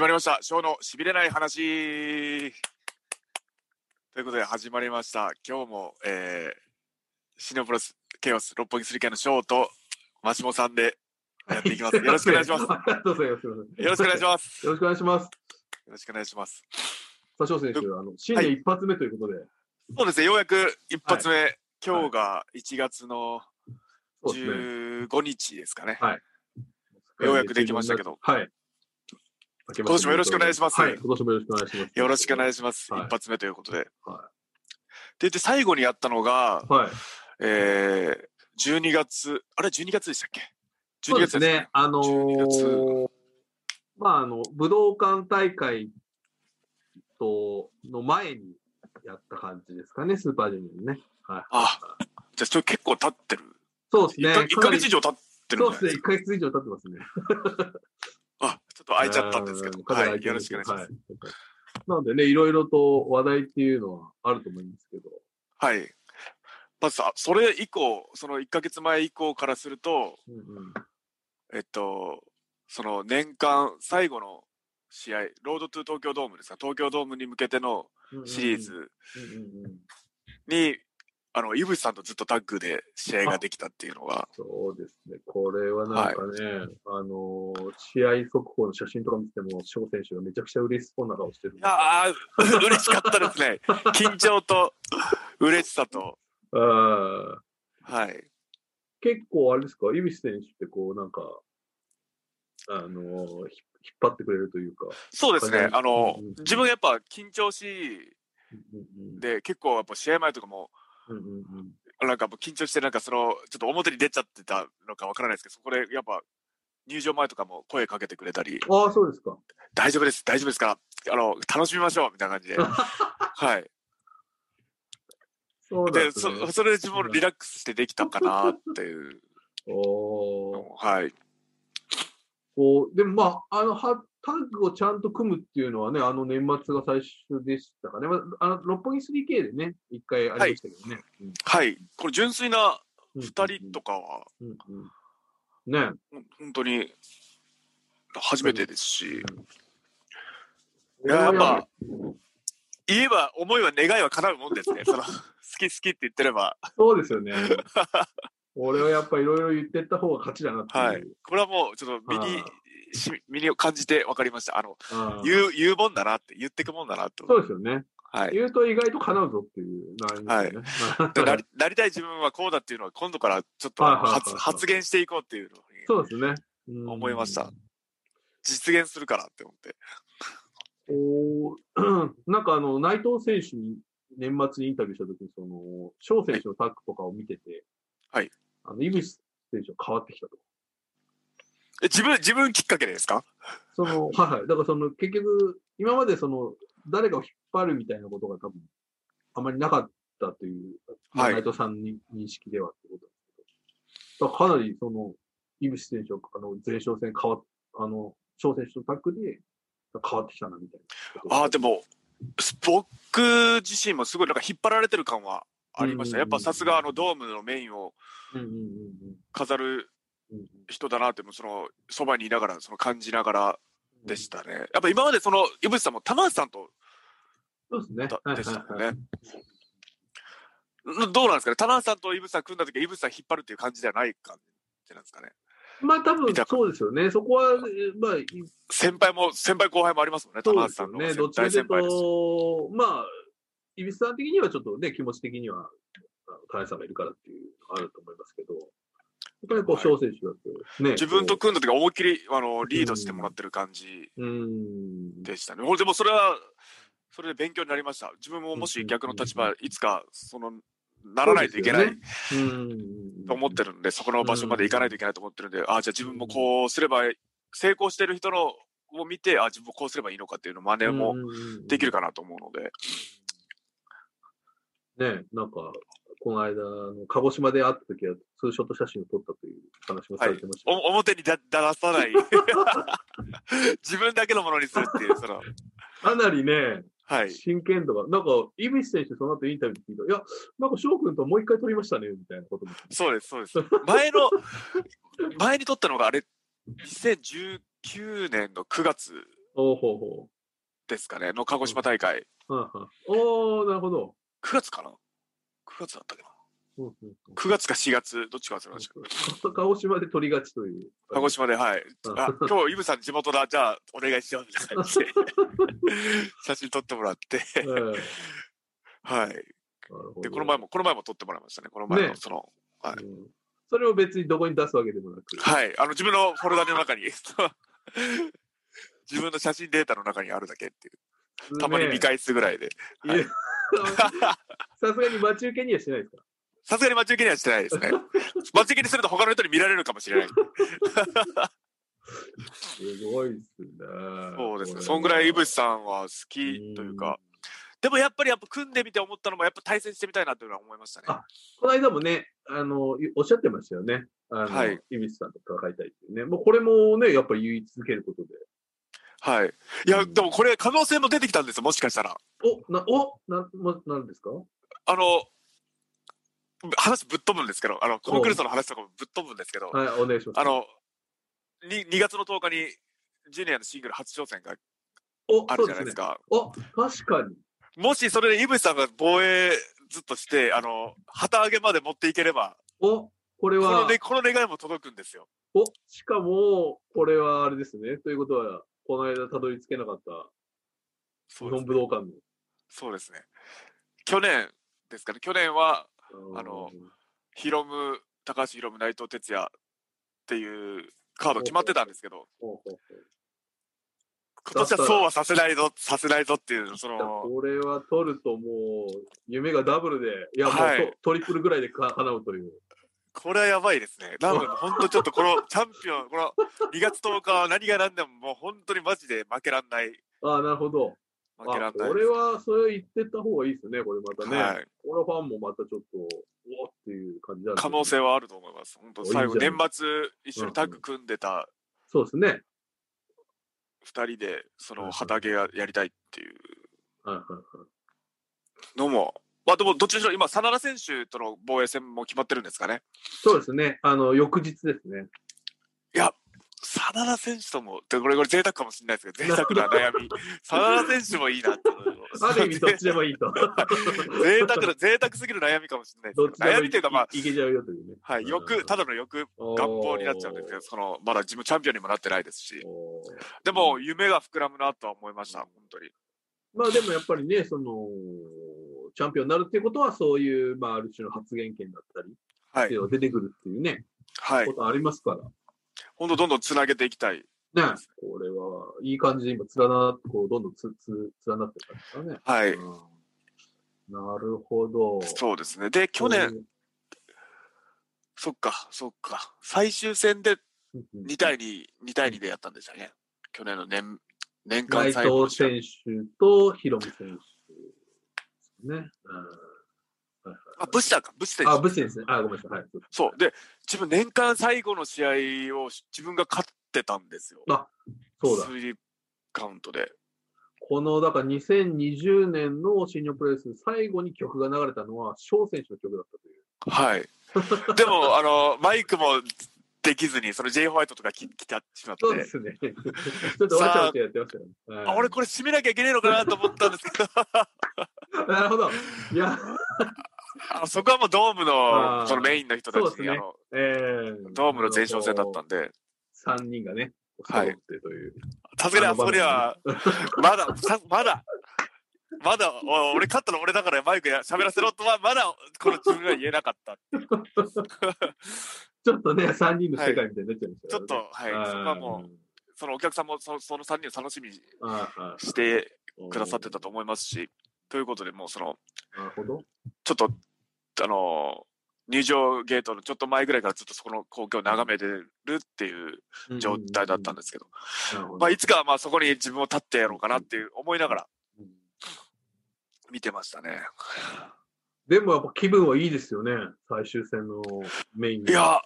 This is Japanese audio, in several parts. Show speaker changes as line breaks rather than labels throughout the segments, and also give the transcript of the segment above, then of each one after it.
まりました。ショーのしびれない話。ということで始まりました。今日も、えー、シノプロスケオス六本木スリケのショーとマシモさんでやっていきます。よろしくお 願いします。よ
ありがとうございます。よ
ろしくお願いし
ま
ます。
す。よ
よ
ろしくお願いします。
ろしくお願いします。
佐藤選手、あの新年一発目ということで、
そうですね。ようやく一発目、今日が1月の
そうですね。
15日ですかね。
はい
ようやくできましたけど
はい。
今年もよろしくお願いします
はい、今年もよろしくお願いします。
よろしくお願いします。
はい
一発目ということで。
は
で、で最後にやったのが、
はい。
えー、12月、あれ12月でしたっけ
そうです
よ
ね。あの
12
ー、まあ、あの、武道館大会と、の前にやった感じですかね、スーパージュニアのね。はい。
あ、じゃあちょ結構経ってる。
そうです
一
ね。
か一ヶ月以
経
上
っ
経って
て
る
る
ん
そう
じゃないで
ですね。
す
一ヶ月以上経ってますね。
か。あ、ちょっと空いちゃったんですけど
う。かなり
はい、よろしくお願いします。
はいなのでね、いろいろと話題っていうのはあると思いますけど。
はい。まずさ、それ以降、その1ヶ月前以降からすると、
うんうん
えっと、その年間最後の試合、ロードトゥ東京ドームですか、東京ドームに向けての
うんうん
シリー。ズ
うんうんうん
に、あの、井口さんとずっとタッグで試合ができたっていうのが、
そうですね、これはなんかね、あのー試合速報の写真とか見ても、翔選手がめちゃくちゃ嬉しそうな顔してる
い。やー、嬉しかったですね。緊張と嬉しさと。
うん
はい。
結構あれですか、井口選手ってこう、なんか、あのーひ引っ張ってくれるというか。
そうですね。あの
うん、
自分やっぱ緊張し
うんうん
で、結構やっぱ試合前とかも、
うんうんうんうん
なんかもう緊張して、なんかその、ちょっと表に出ちゃってたのかわからないですけど、そこでやっぱ、入場前とかも声かけてくれたり、
ああ、そうですか。
大丈夫です、大丈夫ですから、あの、楽しみましょう、みたいな感じで。はい。
そうなん
で、
ですね
そ、それで自分もリラックスしてできたかなっていう。
おー
はい。
こう、でもまあ、あの、はタッグをちゃんと組むっていうのはね、あの年末が最初でしたかね。まあ、あの、六本木 3K でね、一回ありましたけどね。
はい。これ純粋な
二
2人とかは、
うんうんね
ほん本当に初めてですし、い
え。
ややっぱ、言えば思いは願いは叶うもんですね。その 好き好きって言ってれば、
そうです よね。俺はやっぱいろいろ言ってった方が勝ちだなっていう。
はい。これはもうちょっと身に
あ、
し身に感じて分かりました。あの、
あー
言う、言うもんだなって、言ってくもんだなと。
そうですよね。
はい。
言うと意外と叶うぞっていうのありますよね。
でなりなりたい自分はこうだっていうのは今度からちょっとあの
はいはいはい
発発言していこうっていうのに
そうですね。うん
思いました。実現するからって思って。
おー なんかあの、内藤選手に年末にインタビューしたときに、その、翔選手のタッグとかを見てて、
はい。
あの、井口選手が変わってきたと。
え自分、自分きっかけでですか
その、 はいはい。だからその、結局、今までその、誰かを引っ張るみたいなことが多分、あまりなかったという、まあ
はい
内藤さんに認識ではってことですけど、だからかなりその、井口選手は、あの、前哨戦変わっ、あの、翔選手のタッグで変わってきたな、みたいなこと。
ああ、でも、す僕自身もすごいなんか引っ張られてる感はありました。
うん
や
う
っ
んうん
ぱさすがあのドームのメインを
うんうんうん
飾る
うん。うん
人だなって、もうその、そばにいながら、その感じながらでし。たね。やっぱ今までその、井口さんも玉内さんと
そうですね。
だでしたもん
はいはいはい
ね。んどうなんですかね棚橋さんと井口さん組んだ時は井口さん引っ張るっていう感じではない感じなんですかね
まあ多分
見たか
そうですよね。そこは、えーまあ、い
先輩も先輩後輩もありますもんね
そう
棚橋
です
さ
よ
んの
ね。どっちか
大
という
先輩ですし
と、まあ、イビスさん的にはちょっとね、気持ち的には、あの金井さんがいるからっていうのがあると思いますけど、やっぱりこう、
はい
小選手だと、ね。
自分と
こ
組んだ時は思いっきりあのリードしてもらってる感じ
う、うーん。
でしたね、ほんでもそれはそれで勉強になりました自分ももし逆の立場いつかそのならないといけな
そ
いう
ですよねうーん。
と思ってるんでそこの場所まで行かないといけないと思ってるんで、あじゃあ自分もこうすれば成功してる人のを見てあ自分もこうすればいいのかっていうのを真似も、でき
る。
るかなと思うので、
ね、なんか、この間、あの鹿児島で会った時は、ツーショット写真を撮ったという話もされてましたけど、
お表にだだらさない 自分だけのものにするっていうその
かなりね、
はい
真剣度が、なんか、井口選手、その後インタビューで聞いたら、いや、なんか翔くんともう一回撮りましたね、みたいなことも。
そうですそうです前の前に撮ったのがあれ2019年の9月
おーほうほ
ですかね、の鹿児島大会。
う。はいはいおー、なるほど。
9月かな ?9 月だったっけな
うんうんうん。
?9 月か4月、どっちか忘れましたけど。
鹿児島で取りがちという。
鹿児島で、はい。あ、今日、イブさん地元だ、じゃあ、お願いしようみたいな感 じで、写真撮ってもらって、
はいなる
はい。
ほど
で、この前も、この前も撮ってもらいましたね、この前の、
ね
その、はい
うんそれを別にどこに出すわけでもなく。
はい。あの、自分のフォルダの中に、 自分の写真データの中にあるだけっていう。 たまに見返すぐらいで。
ねいや さすがに待ち受けにはしないですか
さすがに待ち受けにはしてないです ね。待ち受けにすると他の人に見られるかもしれない。
すごいっすね。
そうですね。そんぐらい、イブシさんは好きというか。でもやっぱりやっぱ組んでみて思ったのもやっぱ対戦してみたいなというのは思いましたね。
あこの間もね、あの、いおっしゃってましたよね。あの、
はいい、
イビスさんと戦いたいっていうね。もうこれもね、やっぱり言い続けることで。
はい。いや、
うん
でもこれ可能性も出てきたんですよ、もしかしたら。
お、な、お、な、ま、なんですか
あの、話ぶっ飛ぶんですけど、あの、コンクルートの話とかもぶっ飛ぶんですけど、
はい、お願いします。
あ、の、に2月の10日にジュニアのシングル初挑戦が
お、
あ
そ
る
う
じゃないです
ね。
か。
お、確かに。
もしそれでイブシさんが防衛ずっとして、あの、旗揚げまで持っていければ、
お、これ
この
は、
ねこの願いも届くんですよ。
お、しかも、これはあれですね。ということは、この間たどり着けなかった
そ
日
うです
本武道館の。
そうですね。去年ですかね、去年は、あの
うん、
ヒロム、高橋ヒロム、内藤哲也っていうカード決まってたんですけど、
ほうほうほう
今年はそうはさせないぞ、させないぞっていう、そ
いや
の、
これは取るともう、夢がダブルで、いや、もうと、
はい
トリプルぐらいでか叶うという。
これはやばいですね。なので、本当ちょっとこ のチャンピオン、この2月10日は何が何でも、もう本当にマジで負けらんない、
ああ、なるほど。あ
負けらんない。
これは、それを言ってった方がいいですね、これまたね。
はい、
このファンもまたちょっと、おおっていう感じなんで
可能性はあると思います。本当
いいじゃ
最
ん
後、年末一緒にタッグ組んでた
そうですね。
2人で、そ
うんう
の
ん
旗揚げがやりたいっていう
はいはいはい。
のも、まあでも、どっちにしろ今、真田選手との防衛戦も決まってるんですかね。
そうですね。あの、翌日ですね。
真田選手とも、でこれ、これ贅沢かもしれないですけど、贅沢な悩み、真田選手もいいなって
ある意味、どっちでもいいと。
贅沢な、贅沢すぎる悩みかもしれない
ど
で
っ
す
ち
け
で
ど、
も
悩みというか、まあ、
いけちゃうよというね。
はい、欲、ただの欲、
願
願望になっちゃうんですけど、その、まだ自分チャンピオンにもなってないですし、で
う
も、夢が膨らむなとは思いました、本当に。
まあでもやっぱりね、その、チャンピオンになるっていうことは、そういう、まあ、ある種の発言権だったり、
は
ってい
い、
うのが出てくるっていうね、
はい
こ、とありますか
本当、どんどんつなげていきたい。
ら。ね。これは、いい感じで今、連なって、こう、どんどんつ、つ、連なってる感じだね。
はい、
うんなるほど。
そうですね。で、去年、そっか、そっか、最終戦で
うん、うん
2対2、2対2でやったんですよね。去年の年、年間
内
最後の
藤
試合。
選手とヒロミ選手。ね。
あ、ブッシャーか、ブッシ
う
ャー
ん、あ、
選手。
ブスですね。あ、ごめんなさい。はい。
そう。で、自分年間最後の試合を自分が勝ってたんですよ。
そうだ。
スリーカウントで。
この、だから2020年の新日本プロレス最後に曲が流れたのは、翔選手の曲だったという。
はい。で も、あの、マイクもできずに、その J ホワイトとか来来てしまっ
そうで
て。
すね。 ちょっとわちゃわちゃやってましたよね。はい
あ俺これ締めなきゃいけねえのかなと思ったんですけど
なるほど。いや、
あのそこはもうドーム
あー
のそのメインの人たち
そうです
に、
ね
あの
えー、
ドームの前哨戦だったんで
た。3人がね、
はい
揃ってという。
さすがにあそこにはまださまだまだお俺勝ったの俺だからマイクや喋らせろとはまだこの自分は言えなか った
ちょっとね、3人の世界みたいになっちゃいました
ちょっと、はい、そこはもう、そのお客さんもそその3人を楽しみに
うん、あああ
してくださってた
と。
と思いますし、ということで、もうその、
なるほど。
ちょっと、あのー入場ゲートのちょっと前ぐらいからずっとそこの光景を眺めてるっていう状態だったん
で
ですけど、
す。なるほど
まあ、いつかはまあそこに自分を立ってやろうかなっていう思いながら
うん
見てましたね。
でもやっぱ気分はいいですよね、最終戦のメイン
いや、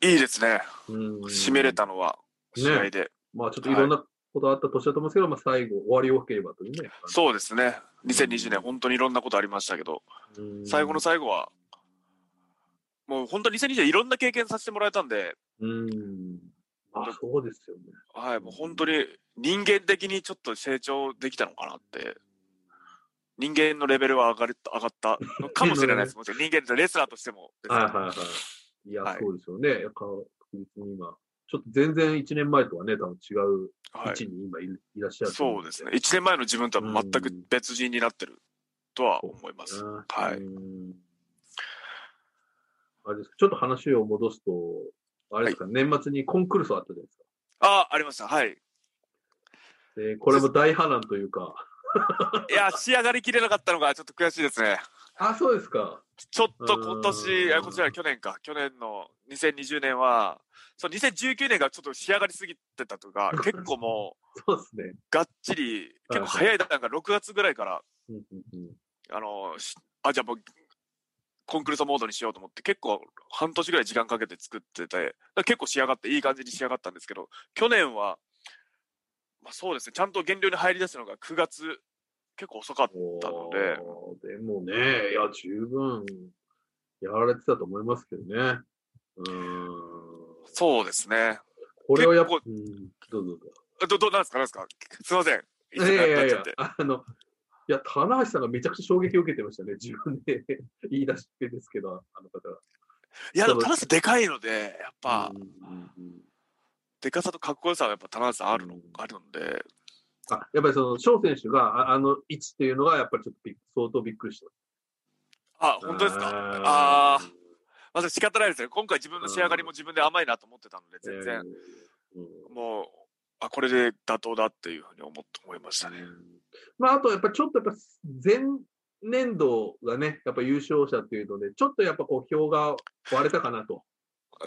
いいですね。
うん
締めれたのは
ね
試合で。
まあちょっといろんなことあった年だと思うんですけど、まあ最後、終わりよければというね。
そうですね。2020年、本当にいろんなことありましたけど、
うん
最後の最後は、もう本当に2020年いろんな経験させてもらえたんで、
うん。あ、そうですよね。
はい、もう本当に人間的にちょっと成長できたのかなって。人間のレベルは上がる上がったのかもしれないです。もちろん人間とレスラーとしてもですけ
はい
ど。
はいはい。いや、
はい
そうですよね。やっぱ、確実に今、ちょっと全然1年前とはね、多分違う位
はい
置に今い,、いらっしゃると思
そ
ん。
うですね。1年前の自分とは全く別人になってるとは思います。
ね
はい
うんあれですかちょっと話を戻すと、あれですか、年末にコンクルールあったじゃないですか。
ああ、ありました。はい。
で、これも大波乱というか、
いや、仕上がりきれなかったのがちょっと悔しいですね。
あ、そうですか。
ちょっと今
う
年、
ん
あ、こちら去年か、去年の2020年は、そう、2019年がちょっと仕上がりすぎてたと か、結構もう、
そうですね。
がっちり、結構早い段階、6月ぐらいから、
うんうんうん
あの、しあ、じゃあもう、コンクルートモードにしようと思って、結構半年ぐらい時間かけて作ってて、だから結構仕上がって、いい感じに仕上がったんですけど、去年は、まあそうですね、ちゃんと減量に入り出したのが9月、結構遅かった。
おー
たので
でもね、いや、十分やられてたと思いますけどね。うん。
そうですね。
これはやっぱ、
結
うんどうぞどうぞ。
えど、どうなんですか、なんですか。すいません。
いやいや
な
い
っちゃ
や
って、
あの、いや、棚橋さんがめちゃくちゃ衝撃を受けてましたね。自分で 言い出しっぺですけど、あの方が。
いや、でも、
そ
田
の
中さんでかいので、やっぱ、
うんうんうん
でかさとかっこよさはやっぱ田中さんあるの、
うん
あるので、
あやっぱりその、翔選手が、ああの位置っていうのが、やっぱりちょっとびっ相当びっくりした。
あ、本当ですか。
あ
あーまず仕方ないですね。今回自分の仕上がりも自分で甘いなと思ってたので、全然、
えーうん
もう、あ、これで妥当だっていうふうに思って思いましたね。
まあ、あとやっぱちょっとやっぱ前年度がね、やっぱ優勝者っていうので、ちょっとやっぱこう票が割れたかなと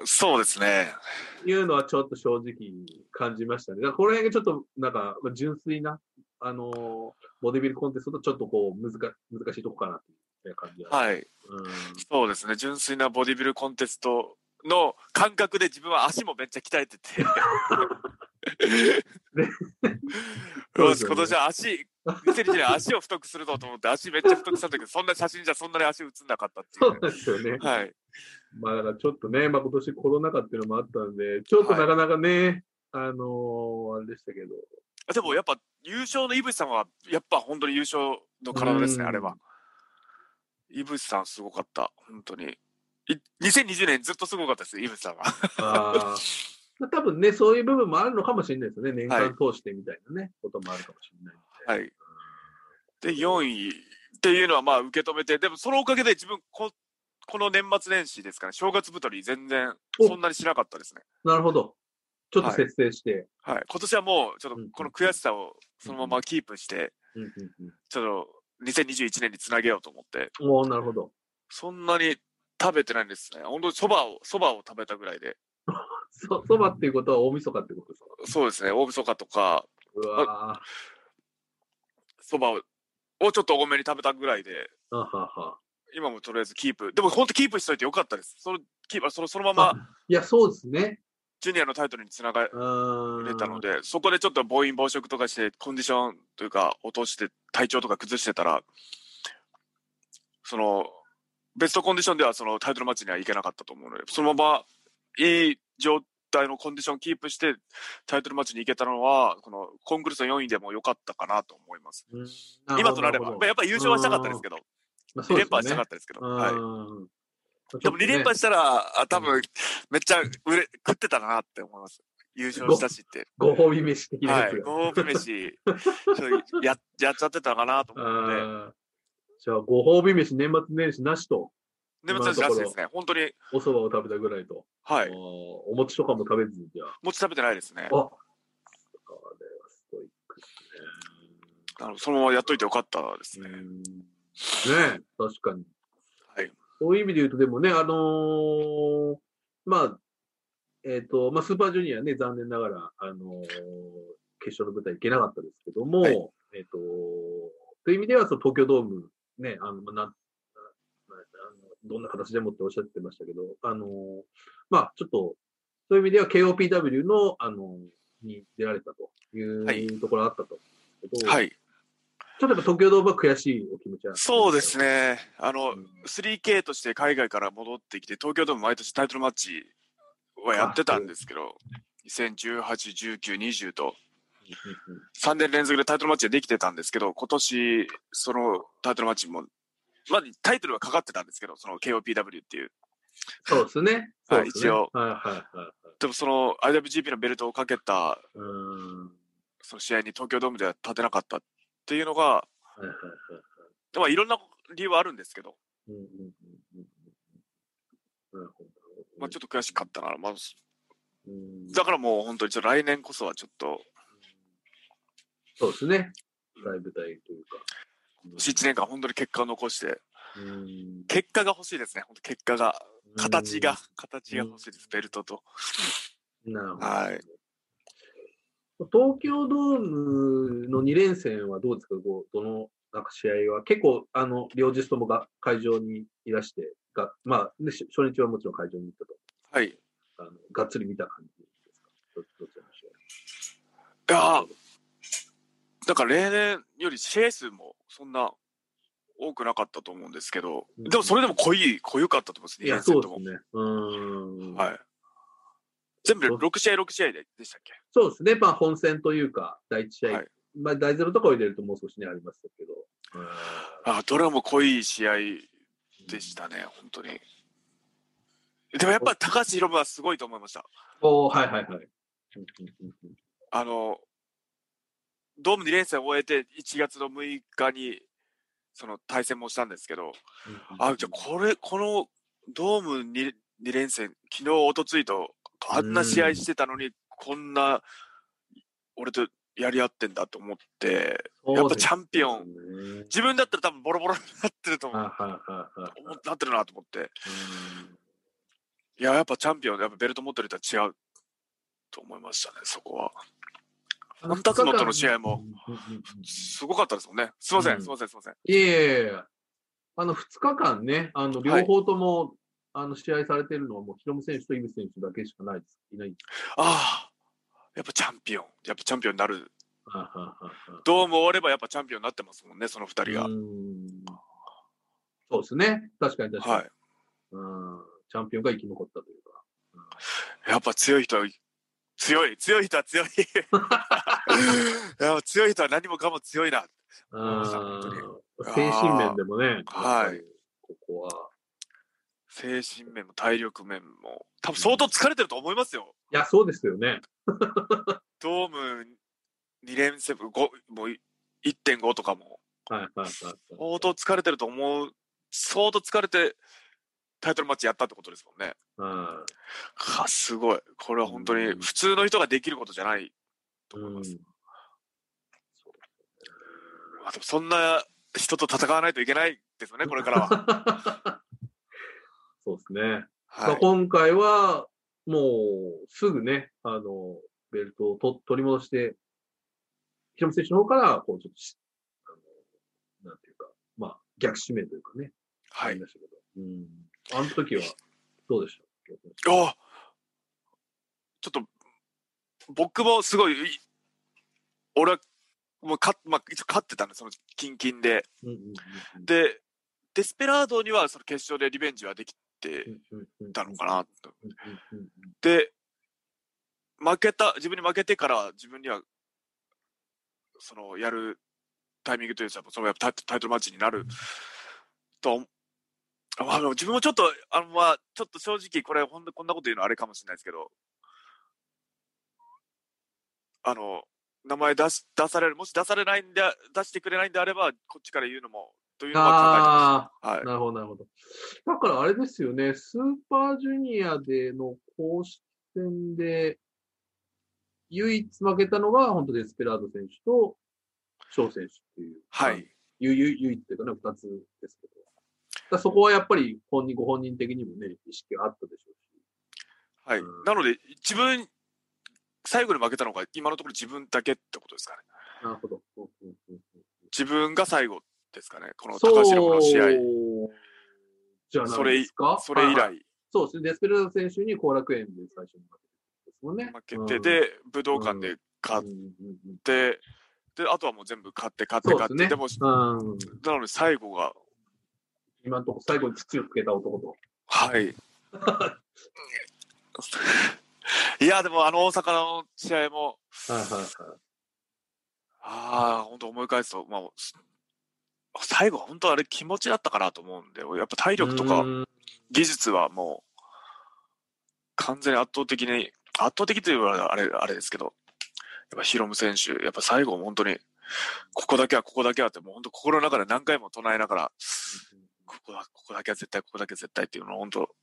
そうですね。
いうのはちょっと正直感じましたね。だからこの辺がちょっとなんかまあ純粋な、あのーボディビルコンテストとちょっとこう難か難しいとこかなっていう感じい。
はい。そうですね。純粋なボディビルコンテストの感覚で自分は足もめっちゃ鍛えて て。よし、今年は足、2020年は足を太くするぞと思って、足めっちゃ太くしたんだけど、そんな写真じゃそんなに足写んなかったって
そ
いう
う。なんですよね。
はい。
まあだからちょっとね、まあ今年コロナ禍っていうのもあったんで、ちょっとなかなかね、あのーあれでしたけ ど、
でもやっぱ優勝の井渕さんは、やっぱ本当に優勝の体ですね、
うん
あれは。井渕さんすごかった、本当に。い2020年ずっとすごかったです、井渕さんは。
あーまあ、多分ね、そういう部分もあるのかもしれないですよね。年間通してみたいなね、こともあるかもしれない。
はい。で、4位っていうのはまあ受け止めて、でもそのおかげで自分こ、この年末年始ですかね、正月太り全然
お
そんなにしなかったですね。
なるほど。ちょっと節制して。
はい。今年はもう、ちょっとこの悔しさをそのままキープして、
うんうん
ちょっと2021年につなげようと思って、
うん、おーなるほど。
そんなに食べてないんですね。本当にそばを、そばを食べたぐらいで。
そそばっていうことは大晦日ってことですか
そうですね、大晦日とか、
うわー
そばををちょっと多めに食べたぐらいで、
あはは
今もとりあえずキープ。でも本当キープしといてよかったです。そのキープそのそのま
あ
ま
いや、そうですね。
ジュニアのタイトルにつながれ
うーん。
たので、そこでちょっと暴飲暴食とかして、コンディションというか、落として、体調とか崩してたら、その、ベストコンディションではそのタイトルマッチにはいけなかったと思うので、そのままいい状態のコンディションをキープして、タイトルマッチに行けたのは、このコンクルールの4位でも良かったかなと思います。
うん
今となれば、まあ、やっぱり優勝はしたかったですけど、2連覇はしたか
っ
ったですけど、
た
はい。で
で
も2連覇したら、あ多分めっちゃ売れ食ってたなって思います。優勝したしって。
ご褒美飯的な
は
や
い
つ。が。
ご褒美飯、ちょっとややっちゃってたかなと思うので、
あーじゃあ、ご褒美飯、年末年始なしと、
年末年始らしいですね。本当に、
お蕎麦を食べたぐらいと。
は
あー
い。
お餅とかも食べずに、じゃあ。
餅食べてないですね
あ。これはすごいです
あのそのままやっといてよかったです
ね。
ね。
うんねえ、確かに。
はい。
そういう意味で言うと、でもね、あのーまあ、えっ、と、まあ、スーパージュニアね、残念ながら、あのー決勝の舞台行けなかったですけども、
はい
えっ、と、という意味では、その東京ドーム、ね、あの、まあ、なん、まああのどんな形でもっておっしゃってましたけど、あのーまあ、ちょっと、そういう意味では KOPW の、あのに出られたという、
はい
ところあったと思うんですけど。
はい。
ちょっとやっぱ東京ドームは悔しいお気持ちは。
そうです。ね。あの
うん、
3K として海外から戻ってきて、東京ドーム毎年タイトルマッチはやってたんですけど、 2018、19、20と、3年連続でタイトルマッチができてたんですけど、今年、そのタイトルマッチも、まあ、タイトルはかかってたんですけど、その KOPW っていう。
そうですね。
はい
そうですね
一応
はいはいはい。
でもその IWGP のベルトをかけた
うーん。は
その試合に東京ドームでは立てなかったっていうのが、
いはいはい。
まあ、いろんな理由はあるんですけど、
うんうんうんうんうんなるほど。
まあ、ちょっと悔しかったな、まあ、
うん
だからもう本当にちょっと来年こそはちょっと、
そうですね。ライブ隊というか。
1年間本当に結果を残して、
うん
結果が欲しいですね、本当結果が、形が、形が欲しいです、ベルトと。
うんなるほど。
はい。
東京ドームの2連戦はどうですかこうどのなんか試合は結構、あの、両日ともが会場にいらして、がまあ、ねし初日はもちろん会場に行ったと。
はい。い
あのがっつり見た感じですかどどちらの試合
やーだから例年より試合数もそんな多くなかったと思うんですけど、
うん
でもそれでも濃い、濃ゆかったと思うんですね、
い
2
や、
年
そ
生
う
と
で
も
すね。うーん。
はい。全部で6試合、6試合ででしたっけ
そうですね。まあ、本戦というか、第一試合。
はい
まあ、第ゼロとかを入れるともう少しね、ありましたけど。
あどれも濃い試合でし。たね、本当に。でもやっぱ高橋宏夢はすごいと思いました。
おーはいはいはい。うんうんうん
あの、ドーム2連戦を終えて1月の6日にその対戦もしたんですけど、あ、じゃあこれ、このドーム 2, 2連戦、昨日、一昨日とあんな試合してたのに、こんな俺とやり合ってんだと思って、やっぱチャンピオン
そうですね
自分だったら多分ボロボロになってると思う。
はいはいはいはい。
思なってるなと思って。いや、やっぱチャンピオン、やっぱベルト持ってる人は違うと思いましたね、そこは。
うん
モンタツノとの試合も。
うんうんうん
すごかったですもんね。すいませ
うん
ん、すいません、すいません。
いえいえいえあの、2日間ね、あの、両方とも、あの、試合されてるのは、もう、ヒロム選手とイブ選手だけしかないです。いない。
ああ、やっぱチャンピオン、やっぱチャンピオンになる。
はいはいはいはい
ドーム終わればやっぱチャンピオンになってますもんね、その二人が
う。んそうですね。確かに確かに、
は
うん。チャンピオンが生き残ったというか。
い。やっぱ強い人は、強い、強い人は強 い。やっぱ強い人は何もかも強いな。
うん
本当に
精神面でもね、
はい
やっぱりここは。
精神面も体力面も。多分相当疲れてると思いますよ。
いや、そうですよね。
ドーム2連戦、5、もう1.5とかも。
はいはいはいはい。
相当疲れてると思う、相当疲れてタイトルマッチやったってことですもんね。
うん
はあすごい。これは本当に
うん
普通の人ができることじゃないと思います。まあ、でもそんな人と戦わないといけないですよね、これから は。
そうですね。ま
は
あ、
い、
今回は、もう、すぐね、あの、ベルトをと取り戻して、ヒロム選手の方から、こう、ちょっとし、あの、なんていうか、まあ、逆指名というかね、
は
あり
い。
ましたけど。うん。あの時は、どうでした
おーちょっと、僕もすごい、い俺は、もう勝,、まあ、一応勝ってたんで、そのキンキンで。
うんうんうんうん、
で、デスペラードにはその決勝でリベンジはできて
うん
たのかなと
うんうんうん
で、負けた、自分に負けてから自分には、その、やるタイミングというか、そのやっぱタイタイトルマッチになると、まあ、でも自分もちょっと、あの、まあ、ちょっと正直、これ、ほんとこんなこと言うのあれかもしれないですけど、あの、名前出し、出される、もし出されないんで、出してくれないんであれば、こっちから言うのも、というのは
あ
考えてます。はい
あ、。なるほど、なるほど。だからあれですよね、スーパージュニアでの公式戦で、唯一負けたのが、本当デスペラード選手と、翔選手っていう。
はい。
ゆゆ唯一っていうかね、二つですけど。だからそこはやっぱり本人、ご本人的にもね、意識があったでしょうし。
はい
うん。
なので、自分、最後に負けたのが、今のところ自分だけってことですかね。
なるほど。うんうんうん
自分が最後ですかね、この
そう
高橋宏の試合、
じゃないですか
それ以
はいはい
来
そうですね、デスペラード選手に後楽園で最初に負けてるんですもんね。
負けて、で、武道館で勝っ
うんうんうん
て、で、あとはもう全部勝って、勝って、
そう
勝
で
っ
すね
て、でも、
うん、
なので最後が、
今の とこ最後に土をつけた男と。
はい。いや、でもあの大阪の試合も、
はいはいはい。
ああ、本当思い返すと、まあ、す最後本当あれ気持ちだったかなと思うんで、やっぱ体力と
う
か
ーん
技術はもう、完全に圧倒的に、圧倒的というのはあれ、あれですけど、やっぱヒロム選手、やっぱ最後本当に、ここだけはここだけはって、もう本当心の中で何回も唱えながら、ここだ、ここだけは絶対、ここだけは絶対っていうのを本当、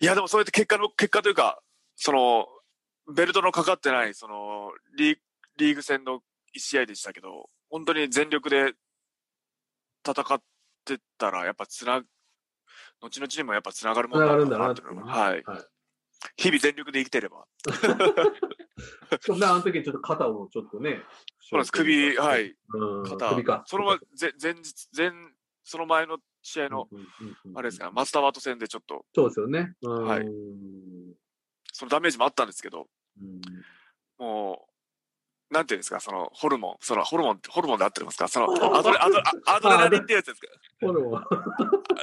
いや、でもそうやって結果の、結果というか、その、ベルトのかかってない、その、リーリーグ戦の一試合でしたけど、本当に全力で戦ってたら、やっぱつな、後々にもやっぱつながるもの
繋がるん
だ
だ
な
な
っ
ってて
い
いうう
の
ね
は、はい。
はい
日々全力で生きてれば。
そうね、あの時ちょっと肩をちょっとね。
そうなんです、首、は。い、
うん、
肩。
首か。
その前、ぜ前日、前、その前の試合の、
うんうんうんうん
あれですか、マスターワート戦でちょっと、
そうですよね。うん
はいそのダメージもあったんですけど、
うん
もう、なんていうんですか、そのホルモン、そのホルモンって、ホルモンで合ってますか、そのアドレアドレアドレナリンっていうやつですか、
フォロー は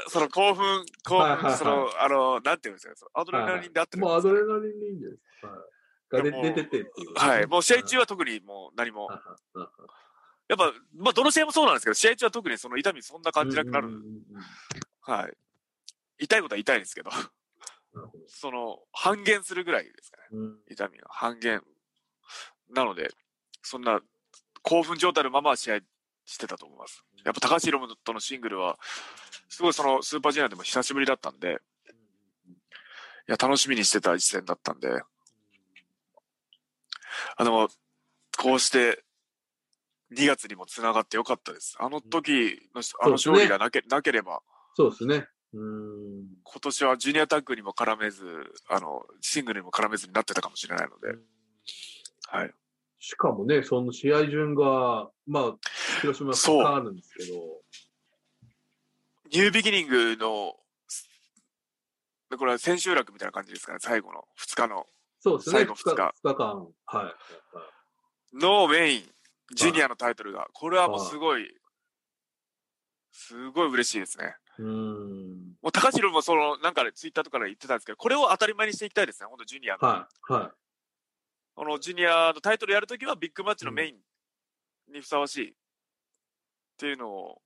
その興奮、興
はいはいは
奮、
い
その、あの、なんていうんですか、そのアドレナリンで合ってる
もうアドレナリンでいいんじゃないですか。はい
いや
が
もう
出出ててっていう。
はい、もう試合中
は
は特にもう何も
い、はいはいはい
やっぱ、まあ、どの試合もそうなんですけど、試合中は特にその痛み、そんな感じなくな
うんうん
る、
うんうんな
はい。痛いことは痛いですけど、
るほど
その、半減するぐらいですかね、
うん
痛みが、半減。なので、そんな、興奮状態のまま試合してたと思います。やっぱ、高橋宏夢とのシングルは、すごいそのスーパージュニアでも久しぶりだったんで、いや、楽しみにしてた一戦だったんで、あの、こうして、2月にもつながってよかったです。あの時のし、あの
そう
勝
ですね
利がなけ,、なければ、
そうですね。うん。
今年はジュニアタッグにも絡めず、あの、シングルにも絡めずになってたかもしれないので、はい。
しかもね、その試合順が、まあ、広島は
そう
2日あるんですけど、
ニュービギニングの、でこれは千秋楽みたいな感じですかね、最後の2日の。
そうですね、
最後二日
2日間。はい。はい
のメイン、ジュニアのタイトルが。これはもうすごい、すごい嬉しいですね。
うん。
もう高城もその、なんかね、ツイッターとかで言ってたんですけど、これを当たり前にしていきたいですね、本当ジュニアの。
はい。は
このジュニアのタイトルやるときはビッグマッチのメインにふさわしいっていうのを、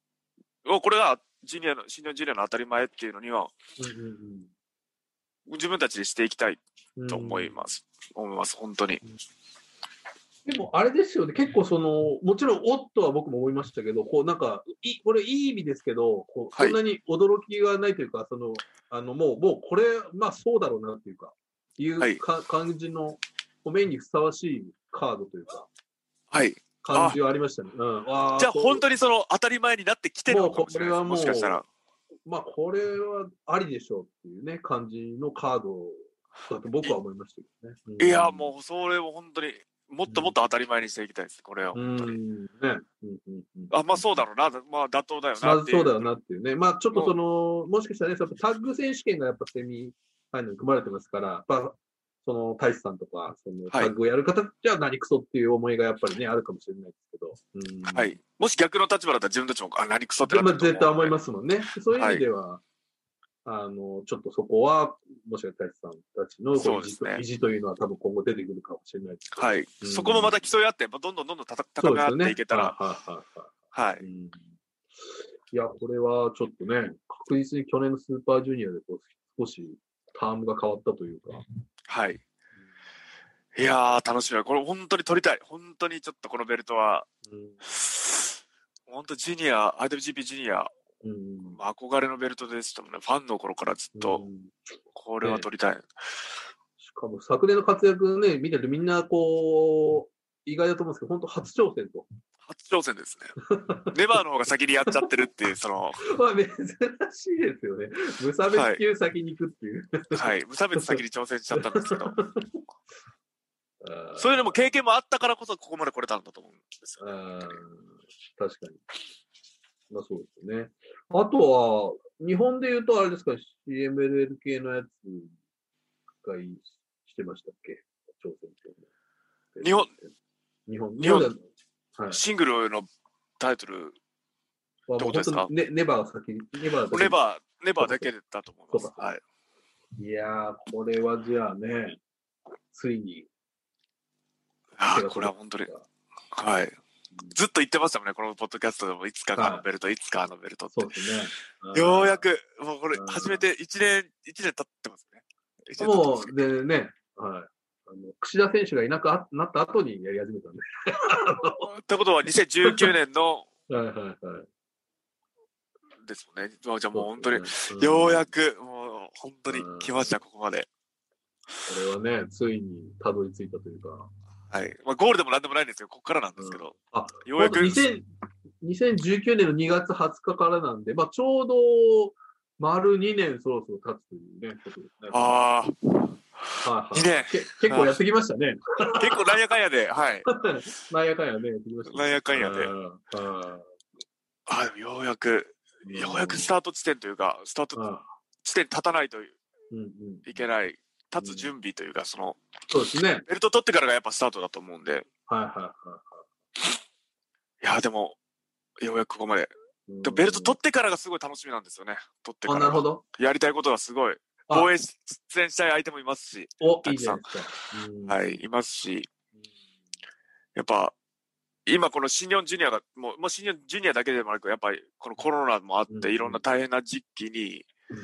をこれがジュニアの、新日本ジュニアの当たり前っていうのには、
い。うんうん
自分たちでしていきたい
うん
と思います。思います、本当に。
でもあれですよね、結構その、もちろん、おっとは僕も思いましたけど、こうなんか、いこれいい意味ですけど、こう
は
そ
い
んなに驚きがないというか、その、あの、もう、もうこれ、まあそうだろうなっていうか、いう
はい
か、感じの、こうメインにふさわしいカードというか、
はい。
感じはありましたね。うん。わー
じゃあ
そう
本当にその当たり前になってきてるのかもしれないです。
も
も
うこれはもう
しかしたら。
まあこれはありでしょうっていうね、感じのカードだと僕は思いましたけどね。うん
いや、もうそれを本当に、もっともっと当たり前にしていきたいです、これは
う
本
ん、
当に。
ね。うんうんうん
あ、まあそうだろうな、まあ妥当だよ
ま
な
ず
ってい
そう
う。
だよなっていうね。まあちょっとその、もしかしたらね、そのタッグ選手権がやっぱセミファイナルに組まれてますから、やっぱその大志さんとか、そのタ
はい
ッグをやる方じゃ何クソっていう思いがやっぱりね、あるかもしれないですけど。うん、
はい。もし逆の立場だったら自分たちも、あ、何クソってなっ
ま
て
あ
ると思う
絶対思いますもんね。そういう意味では、あの、ちょっとそこは、もしかしたら大志さんたちのこ
そうう
意
で
地
す
と
ね
意地というのは多分今後出てくるかもしれないですけど。
はい、
うん
そこもまた競い合って、まあ、どんどんどんどん高
そ
高
う
め
です
合
よ
っ
ね。
ていけたら、
はいはいはいはい。
はい、
うんいや、これはちょっとね、確実に去年のスーパージュニアでこう少しタームが変わったというか。
はい。いやー、楽しみだ。これ本当に取りたい。本当にちょっとこのベルトは、
う
本当ジュニア、IWGP ジュニア、
ん。うん
まあ憧れのベルトでしたもんね。ファンの頃からずっと、
うん
これは取りたい。
しかも昨年の活躍ね、見てるとみんなこう、意外だと思うんですけど、本当初挑戦と。
初挑戦ですね。 ネバーの方が先にやっちゃってるっていう、その、
まあ珍しいですよね。無差別級先に行くっていう。
はい、無差別先に挑戦しちゃったんですけど、
あー
そういうのも経験もあったからこそ、ここまで来れたんだと思うんですよね。
あー確かに。まあそうですね。あとは、日本で言うとあれですか、CMLL 系のやつがいしてましたっけ挑戦って
日本、
日本、
日本
では
シングルのタイトル、
い。
どうですか
まあもう本当にね、ネバーが先、ネバーだけ
レバー、レバーだけだと思いま
そう
す。
か
はい。
いやー、これはじゃあね、ついに。
ああ、これは本当に。はい。ずっと言ってましたもんね、このポッドキャストでも、いつかがあのベルト、いつかあのベルトって
そう。ですね。うん
ようや。く、もうこれ
うん、
初めて1年、一年経ってますね。一年経ってま
も
すね
う、でね、はい。あの、櫛田選手がいなくあなった後にやり始めたんで。
ってことは、2019年の
はいはいはい。
ですもんね。まあじゃあもう本当に、
そですね
ようや
んこ
く、もう本当に来ました、ここまで。
れはね、ついにたどり着いたというか。
はい。まあ、ゴールでもなんでもないんですけど、ここからなんですけど、
あ、
ようやく、
まず2000 2019年の2月20日からなんで、まあ、ちょうど丸2年そろそろ経つというね、ことですね。
ああ、
はいはい、
2年
け結構やってきましたね。
結構なんやかんやで、はい。
なんやかんやね、やってきましたね。
なんやかんやで
う。ん
はい、ようやく、
うん
ようやくスタート地点というか、スター
う
ト
ん
地点に立たないと
うんうん、
いけない、立つ準備というか、その、
そうですね。はい
ベルト取ってからがやっぱスタートだと思うんで、
はいはい
や、でも、ようやくここまで。
い。
でもベルト取ってからがすごい楽しみなんですよね。取って
あ、
か
なる
ら
ほ。ど。
やりたいことがすごい。
あ
防衛し、出演したい相手もいますし、
お、
た
いい
く
じゃ
さ
なんいですか。うん
はい、いますし、やっぱ、今この新日本ジュニアが、もう、もう新日本ジュニアだけでもなく、やっぱりこのコロナもあっ
うんう
て、
ん
いろんな大変な時期に
うん、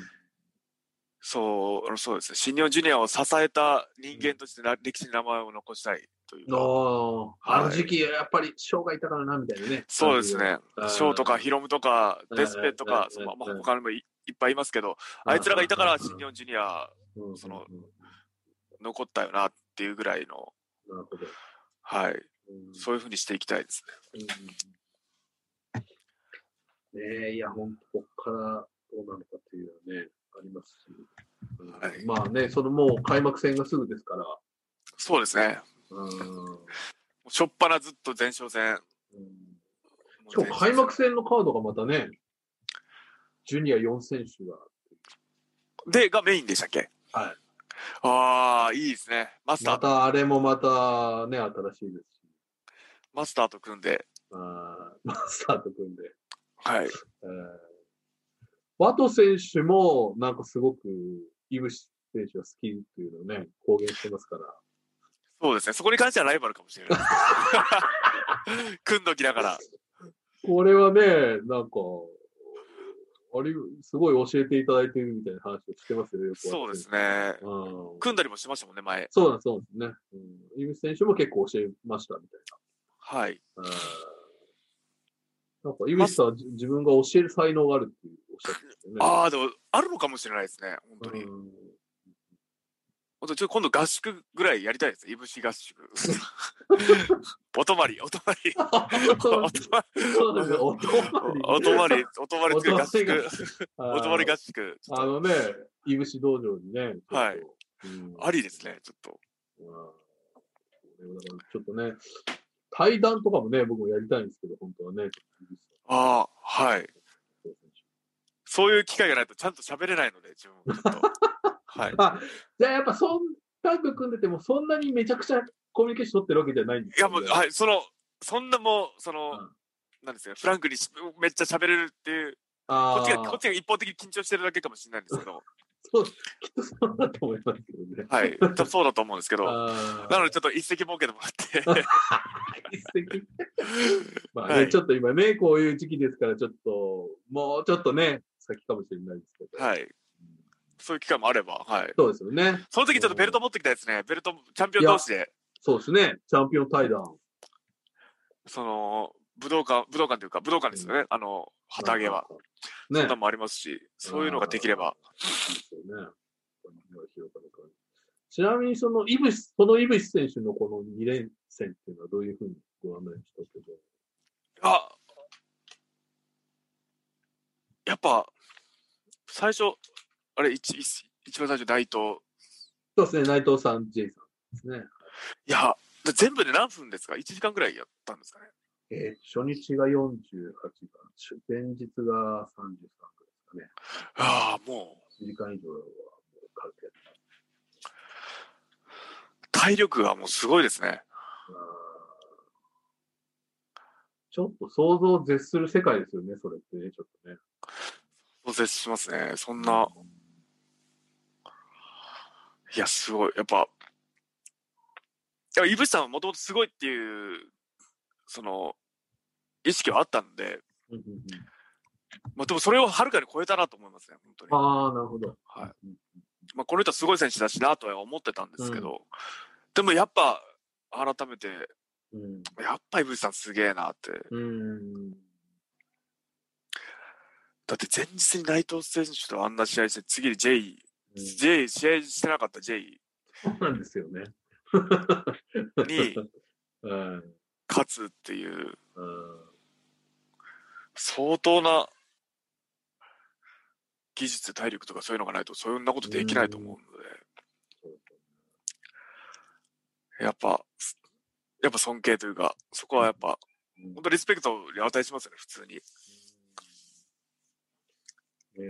そうあの、そうですね、新日本ジュニアを支えた人間としてな歴史に名前を残したいというか、
のあの時期、やっぱり生涯いたからな、みたいなね。
そうですね、
うん。
ショーとかヒロムとか、
うん
デスペと
うん
か、そのまあ
うん
他にもいいっぱいいますけど、
うん
あいつらがいたから新日本ジュニア
うん、
その
うんうん
残ったよなっていうぐらいの、
なるほど。
はい、
うん
そういうふうにしていきたいですね。
うんうんねえ、いや、本当ここからどうなのかというのはね、ありますし、うん
はい
まあね、そのもう開幕戦がすぐですから、
そうですね。
うん
しょっぱなずっと前哨戦。
うんしかも開幕戦のカードがまたね、ジュニア4選手が、
で、がメインでしたっけ
はい。
ああ、いいですね。マスタ
ま
ー、
たあれもまたね、新しいですし、
マスターと組んで。
あーマスターと組んで、
はい。
えーワト選手もなんかすごく、イブシ選手が好きっていうのをね、公言してますから、
そうですね。そこに関してはライバルかもしれない。 組んどきだから。
これはね、なんか、あれ、すごい教えていただいてるみたいな話をしてますよね、よく私
そうです。ね。
うん。
組んだりもしましたもんね、前。
そうなんです、そうなんですね。うん。井口選手も結構教えました、みたい
はい。
な。うん。なんか、井口さんはじ自分が教える才能があるっておっしゃってましたよね。
ああ、でも、あるのかもしれないですね。本当に。
うん
本当にちょっと今度合宿ぐらいやりたいですね。いぶし合 宿。お泊まり、お泊まり。
そう
お泊まり、
そうですね、お泊まり。
お泊まり、お泊まりつけ合宿。
あー
お泊まり合宿。ちょっ
あ
と
のね、井口道場にね、ちょっと
はい
うん
ありですね、ちょっと。
うんこれはだからちょっとね、対談とかもね、僕もやりたいんですけど、本当はね。
ああ、はい。そういう機会がないとちゃんと喋れないので、自分もちょっと。はい。
あ、じゃあやっぱそん、タッグ組んでても、そんなにめちゃくちゃコミュニケーション取ってるわけじゃないんです
いや、もう、
い。
はい、その、そんなもう、その、
うん
なんですか、フランクにしめっちゃ喋れるっていう、
あ
こ
ー
っちが、こっちが一方的に緊張してるだけかもしれないんですけど、
そう、きっとそうだと思いますけどね。
はい。多分そうだと思うんですけど、
あー
なのでちょっと一石儲けてもらって、
一 石まあね、
はい
ちょっと今ね、こういう時期ですから、ちょっと、もうちょっとね、先かもしれないですけど。
はい。そういう機会もあれば、はい。
そうですよね。
その時ちょっとベルト持ってきたいですね。ベルト、チャンピオン同士で、
そうですね。チャンピオン対談。
その、武道館、武道館というか、武道館ですよね。あの、旗揚げは。。そ
ね。
んなのもありますし、そういうのができれば、
ですよね。この広がるからちなみに、その、イブシ、このイブシ選手のこの2連戦っていうのはどういうふうにご案内したけど。
あやっぱ、最初、あれ、一一一番最初、大東。
そうですね、内藤さん、J さんですね。
いや、だ全部で何分ですか ?1 時間ぐらいやったんですかね。
えー初日が48番、し前日が33分ですかね。
ああ、もう、
1時間以上はもう軽くやって
体力がもうすごいですね。
たなちょっと想像を絶する世界ですよね、それってね、ちょっとね。
そう接しますね。そんな、いや、すごい。やっぱ、いや、いぶしさんはもともとすごいっていう、その、意識はあったんで、
うんうんうん
まあ、でもそれをはるかに超えたなと思いますね、本当に。
ああ、なるほど。
はい
うん
まあ、この人はすごい選手だしなとは思ってたんですけど、でもやっぱ、改めて、
うん。
やっぱいぶしさんすげえなって。
うん。
だって前日に内藤選手とあんな試合して、次に J、J、試合してなかった J
そうなんですよね。
に
うん。うん
勝つっていう、相当な技術、体力とかそういうのがないと、そんなことできないと思うので。やっぱ、すやっぱ尊敬というか、そこはやっぱ、
うん
本当リスペクトに値しますよね、普通に。
ね、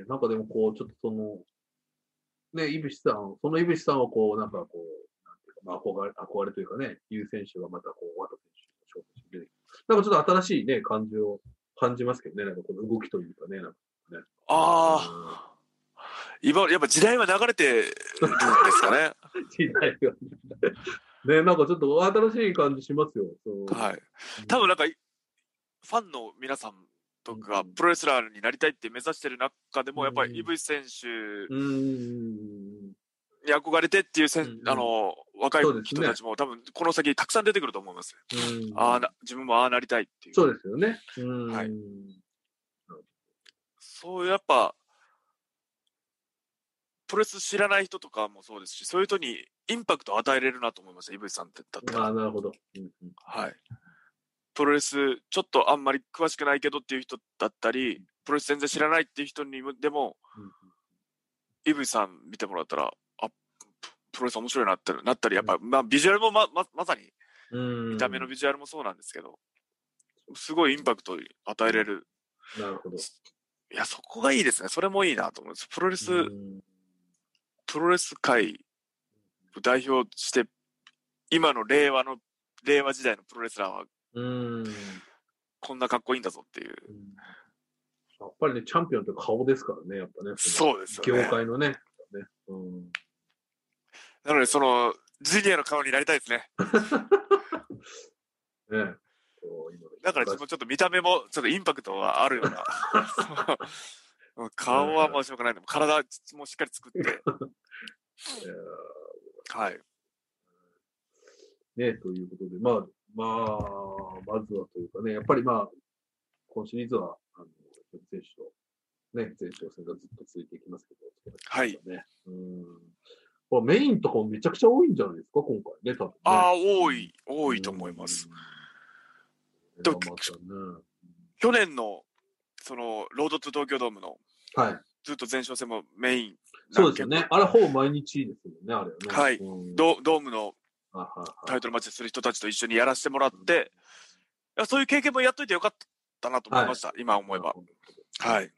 なんかでもこう、ちょっとその、ね、いぶしさん、そのいぶしさんをこう、なんかこう、なんていうか、まあ、憧れ、憧れというかね、いう選手がまたこう、渡選手の勝負して、なんかちょっと新しいね、感じを感じますけどね、なんかこの動きというかね、なんか
ああ、今、やっぱ時代は流れてるんですかね。
時代が。ね、なんかちょっと新しい感じしますよ。 そう
はい。多分なんか、ファンの皆さんとかが
うん
プロレスラーになりたいって目指してる中で
う
も、
ん
やっぱりイブイ選手
うーん。
に憧れてっていうせん、
うん
あの、若い
そうです
人
ね
たちも、多分この先たくさん出てくると思います。
うん
ああな、自分もああなりたいっていう。
そうですよね。うーん。
はい
うん
そうやっぱプロレス知らない人とかもそうですしそういう人にインパクトを与えれるなと思いました井渕さんってだった
あ
ら、
あ、なるほど。うんうん
はい、プロレスちょっとあんまり詳しくないけどっていう人だったりプロレス全然知らないっていう人にもでも
うん
井渕さん見てもらったらあプロレス面白いなってなったりやっぱ、まあ、ビジュアルもまままさに
見
見た目のビジュアルもそうなんですけど、すごいインパクトを与えれる
なるほど。
いやそこがいいですねそれもいいなと思いますプロレス、
うん
プロレス界を代表して、今の令和の、令和時代のプロレスラーは
うん。
こんなかっこいいんだぞっていう。
やっぱりね、チャンピオンって顔ですからね、やっぱね。う。
そうですよ
業
ね。
界のね。ねうん、
なので、その、ジュニアの顔になりたいですね。
ねこう今の
だから自分ちょっと見た目も、ちょっとインパクトがあるよ うな。そう顔はもうしょうがないでも、体もしっかり作って。はい。
ね、ということで、まあ、まあ、まずはというかね、やっぱりまあ、今シリーズは、あの、選手と、ね、前哨戦がずっと続いていきますけど、
はい
ね。うん。まあ、メインとかもめちゃくちゃ多いんじゃないですか、今回ね、多分、ね。
ああ、多い、多いと思います。
うん。
で
でも
も、去年の、その、ロードトゥ東京ドームの、
はい。
ずっと前哨戦もメイン。
そうですよね。あれ、ほぼ毎日ですもんね、あれはね。
はい
うん
ドドームの
あはい
タ
は
イトルマッチする人たちと一緒にやらせてもらって、いやそういう経験もやっといてよかったなと思いました、今思えば。はい。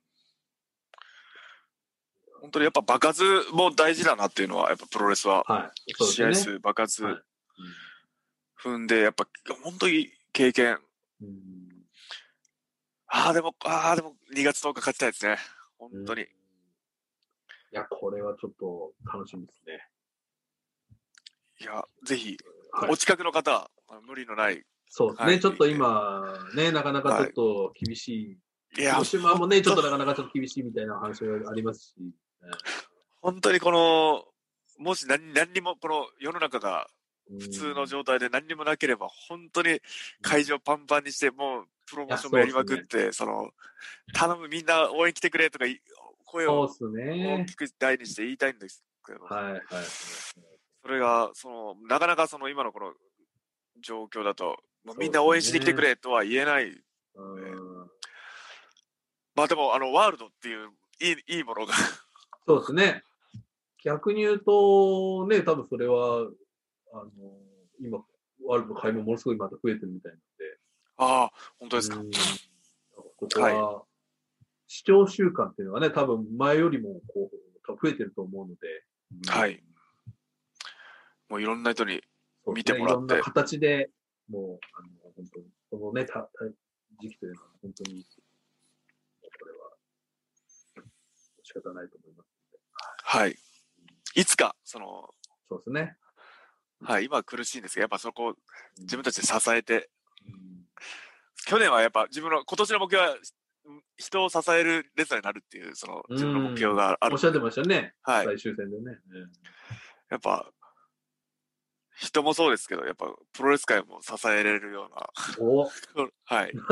本当にやっぱ場数も大事だなっていうのは、やっぱプロレスは、
い。はい。そう
試合
ですね。
数、場数
はい
踏んで、やっぱ本当に経験。
うんうん
ああ、でも、ああ、でも2月10日勝ちたいですね。本当に。
いや、これはちょっと楽しみですね。
いや、ぜひ、
はい
お近くの方、あの無理のない。
そうですね、
はい
ちょっと今、ね、なかなかちょっと厳しい。
いや、
広島もね、ちょっとなかなかちょっと厳しいみたいな話がありますし。
本当にこの、もし何何にも、この世の中が普通の
態
状態で何にもなければ、本当に会場パンパンにして、もうプロモーションもやりまくって、その、頼む、みんな応援来てくれとかい、声
そ
を
うです
大
ね。
きく大にして言いたいんですけど、
はいはい。
それが、その、なかなかその今のこの状況だと、もうみんな応援しに来てくれとは言えない。
うん
まあでも、あの、ワールドっていう、いい、いいものが、
そうですね。逆に言うと、ね、多分それは、あの、今、ワールドの買い物ものすごいまた増えてるみたいなんで。
ああ、本当ですか。
うんここは、視聴習慣っていうのはね、多分前よりもこう多分増えてると思うので、
はい。もういろんな人に、
そう
見てもらって
いろんな形で、もう、あの本当に、このね、たた時期というのは本当に、もうこれは、仕方ないと思います。
はい。いつか、その、
そうですね。
はい、今は苦しいんですけど、やっぱそこを自分たちで支えて、
うん
去年はやっぱ自分の、今年の目標は、人を支えるレスラーになるっていう、その自分の目標があ
お
る
っ。しゃってましたね。
はい。
最終戦でね。うん
やっぱ、人もそうですけど、やっぱプロレス界も支えれるような、
おい
はい。いう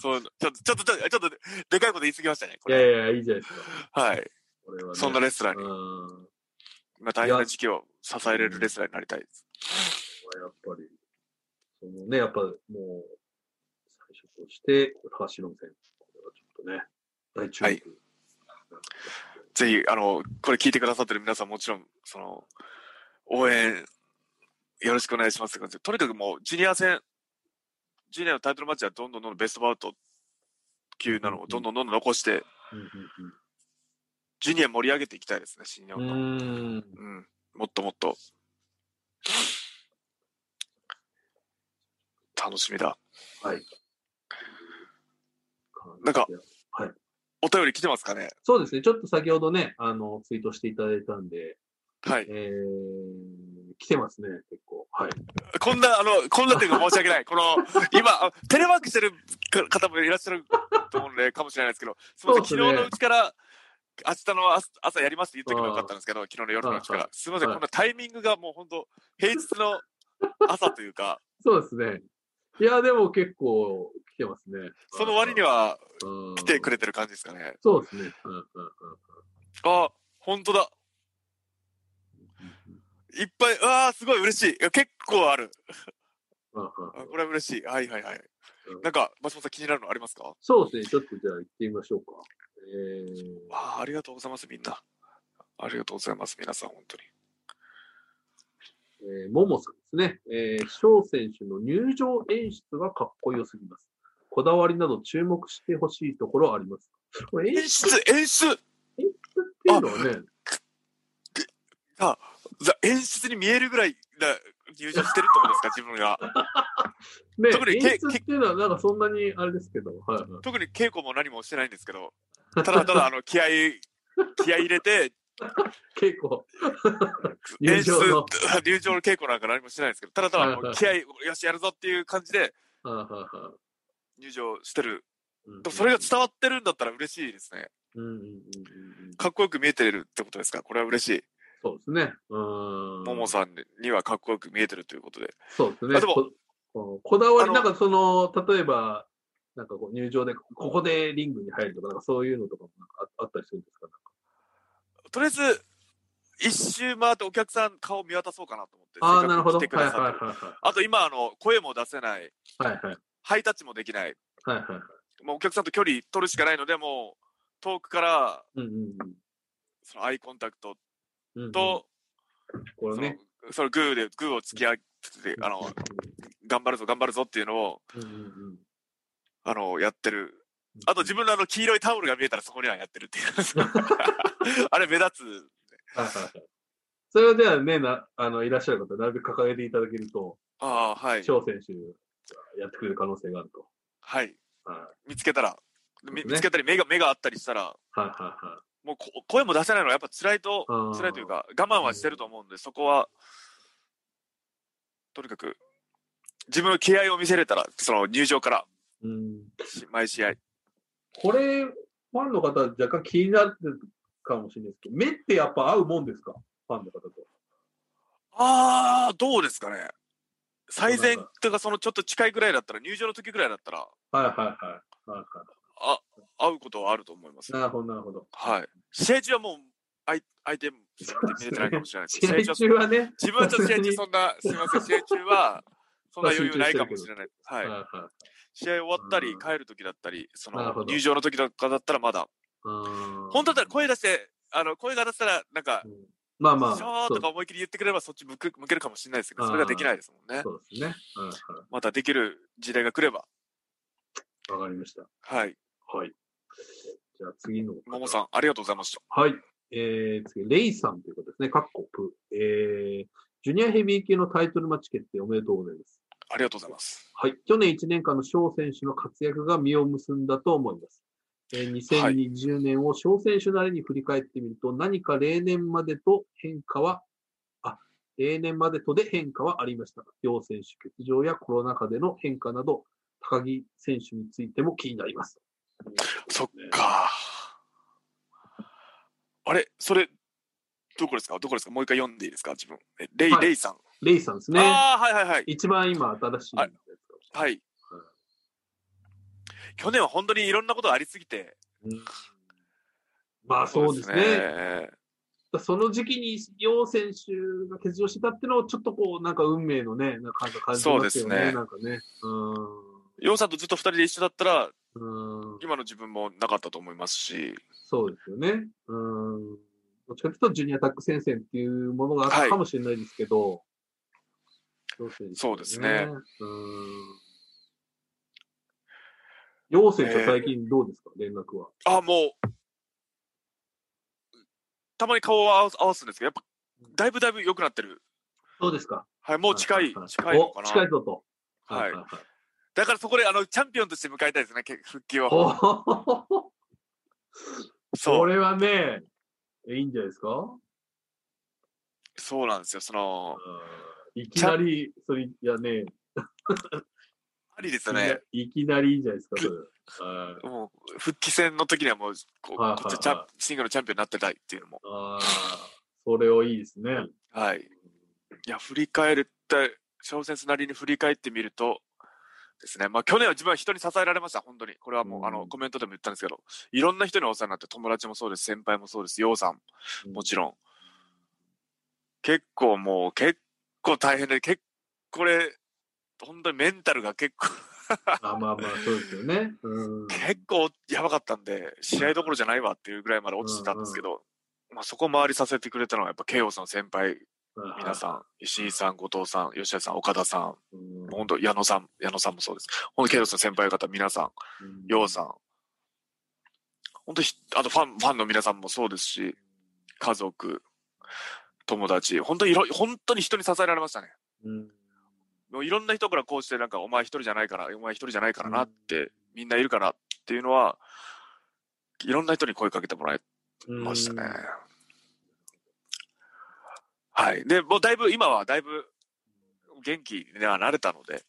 そういうのちょっと、ちょっと、ちょっと、ちょっと、でかいこと言い過ぎましたね、こ
や
れ。
いや、いいじゃないですか。
はい。
これはね
そんなレスラー
う
に、
ん。
今大変な時期を支えれるレスラーになりたいです。
やっぱり、そのね、やっぱもう、最初として、高橋論戦。これはちょっとね、大注目。
はいぜひ、あの、これ聞いてくださってる皆さんもちろん、その、応援、よろしくお願いしますって感じでとにかくもう、ジュニア戦、ジュニアのタイトルマッチはどんどんどんどんベストバウト級なのをどんどんどんどん残して、ジュニア盛り上げていきたいですね、新日
うん
本
う
の。
んうん。うーん。
うん、もっともっと。楽しみだ。なんか、お便り来てますかね
そうですね、ちょっと先ほどね、あの、ツイートしていただいたんで、
はい。
えー、来てますね、結構。はい。
こんな、あの、こんなっていうか申し訳ない。この、今、あテレワークしてるか方もいらっしゃると思うんで、かもしれないですけど、すみません、
そうですね
昨日のうちから、明日の朝朝やりますって言っとけばよかったんですけど、昨日の夜のうちか
あ
ら。すみません、
はい
こんなタイミングがもう本当、平日の朝というか、
そうですね。いや、でも結構来てますね。
その割には
うん、
来てく
れ
れてる感じですかね。
そうですね。うんうんうん
あ、本当だ。いっぱい、ああ、すごい嬉しい。いや結構ある。
うんうん
あこれは嬉しい。はいはいはい
うん。
なんか、松本さん気になるのありますか
そうですね、ちょっとじゃあ行ってみましょうか。えー、
わあ、ありがとうございます、みんな。ありがとうございます、皆さん、本当に。
えー、ももさんですね。えー、翔選手の入場演出がかっこよすぎます。こだわりなど注目してほしいところはあります。これ演
演
出
出、演出
っていうのはね、
ざ演出に見えるぐらいな入場してるってこと ですか、自分が。
ね
特にけ
演出っていうのはなんかそんなにあれですけど、はいはい。
特に稽古も何もしてないんですけど、ただただ、あの、気合い、気合い入れて、
結構、入
演出
場の、
入場の稽古なんか何もしてないんですけど、ただただあの、気合い、よし、やるぞっていう感じで
はいはいはい
入場してる。
うん
でもそれが伝わってるんだったら嬉しいですね。
うんうんうんうんうん、
かっこよく見えてるってことですかこれは嬉しい。
そうですね。うーん。
ももさんにはかっこよく見えてるということで。
そうですね。
あでも
こここだわり、
あ
な
の
んかその、例えば、なんかこう入場で、ここでリングに入るとか、なんかそういうのとかもなんかああったりするんですか
とりあえず、一周回ってお客さん顔見渡そうかなと思って。
ああ
せっか
ー、
く
なるほど。
来
は
て
い
く
はい
だ
はい
さってるあと今、あの、声も出せない、
はい。はいはい。
ハイタッチもできない、
はいはいはい。
もうお客さんと距離取るしかないので、もう、遠くから、
うんうん
そのアイコンタクト
うんうん。
と、
これね。
その、そのグーで、グーを突き上げて、あの、頑張るぞ、頑張るぞっていうのを、
うんうんうん、
あの、やってるあと自分のあの黄色いタオルが見えたらそこにはやってるって いう。あれ目立つ。
はいはいはい。それはではね、なあのいらっしゃる方、なるべく掲げていただけると、
ああ、はい。
翔選手がやってくれる可能性があると。
はい。
はい
見つけたら、み
そうね
見つけたり目が、目があったりしたら、
はいはいはい。
もうこ声も出せないのはやっぱ辛いと
あ、ー
辛いというか、我慢はしてると思うんで、そこは、とにかく、自分の気合を見せれたら、その入場から、
うん
し毎試合。
これ、ファンの方、若干気になってるかもしれないですけど、目ってやっぱ合うもんですかファンの方と。
ああ、どうですかね。最善とか、そのちょっと近いぐらいだったら、入場の時ぐらいだったら、
はいはいはい。はいは
あ、会うことはあると思います
い、。なるほど、なるほど。
はい。試合中はもう、相相手、見れてないかもしれないです
試
けど。試
合
合中
中はね、
自分と試合中そんな、すみません、試合中は、そんな余裕ないかもしれない。は
はいい。は
試合終わった
う
り
ん、
帰る時だったり、そ
なるほ
の、
ど
入場の時とかだったらまだ、
い。
本当だったら声出して、あの、声が出したら、なんか
う、んまあまあ、
ショー
そ
と
う
か思いっきり言ってくれればそっち向く向けるかもしれないですけど、それができないですもんね。
そうですね。はいは
またできる時代が来れば。
い。わかりました。
はい。
はい。じゃあ次の方。
ももさん、ありがとうございました。
はい。えー、次、レイさんということですね。カッコプ。えー、ジュニアヘビー級のタイトルマッチ決定おめでとうございます。
ありがとうございます。
はい。去年1年間の翔選手の活躍が実を結んだと思います。えー
はい
2020年を翔選手なりに振り返ってみると、何か例年までと変化は、あ、例年までとで変化はありましたが、両選手欠場やコロナ禍での変化など、高木選手についても気になります。
そっか。あれ、それ、どこですかどこですかもう一回読んでいいですか自分。えレイ、
はい
レイさん。
レイさんですね。
ああ、はいはいはい。
一番今新しいやつ。
はい。去年は本当にいろんなことがありすぎて。
うんまあそうです
そう
ね。その時期に楊選手が欠場してたってのをちょっとこう、なんか運命のね、なんか感じますよ
そうです
ね。
ね
なんかね。
ヨウさんとずっと二人で一緒だったら、
うん。うん。
今の自分もなかったと思いますし。
そうですよね。うん。どっちかというと、ジュニアタック戦線っていうものがあったかもしれないですけど、楊選手
そうですね。
うん。楊選手は最近どうですか、連絡は。
あ、もう、たまに顔を合わす合わすんですけど、やっぱ、だいぶだいぶ良くなってる。
そうですか。
はい、もう近い、
はは
近いのか
お近い
な。
ぞと。
はい
はいはい。
だからそこで、あの、チャンピオンとして迎えたいですね、け復帰を。
お
そ
こ
う、
れはね、いいんじゃないですか
そうなんですよ。その、
いきなり、それ、いやね、
ありですよね。
いきなりいいんじゃないですか、それ。はい
もう、復帰戦の時にはもう、こう
はいはいは
こ
い
っちはチャンシングルのチャンピオンになってたいっていうのも。
ああ、それをいいで すね。
はい。いや、振り返るって、小説なりに振り返ってみると、ですね。まあ、去年は自分は人に支えられました、本当に。これはもう、
うん
あの、コメントでも言ったんですけど、いろんな人にお世話になって、友達もそうです、先輩もそうです、ようさん、もちろん。結構もう、結構大変で、結構これ、本当にメンタルが結構、
ろん。あまあまあ、そうですよね。うん。
結構やばかったんで、試合どころじゃないわっていうぐらいまで落ちてたんですけど、まあ、そこを回りさせてくれたのは、やっぱ、慶応さんの先輩、皆さん、石井さん、後藤さん、吉田さん、岡田さん、
うん。
本当矢野さん、矢野さんもそうです。本当ケイロスの先輩方、皆さん、ようさん。本当ひあとファン、ファンの皆さんもそうですし、家族、友達、本当にいろ、本当に人に支えられましたね。
うん。
もういろんな人からこうして、なんか、お前一人じゃないから、お前一人じゃないからなって、みんないるからっていうのは、いろんな人に声かけてもらい
うん。
ましたね。はい。で、もうだいぶ、今はだいぶ、元気にはなれたので、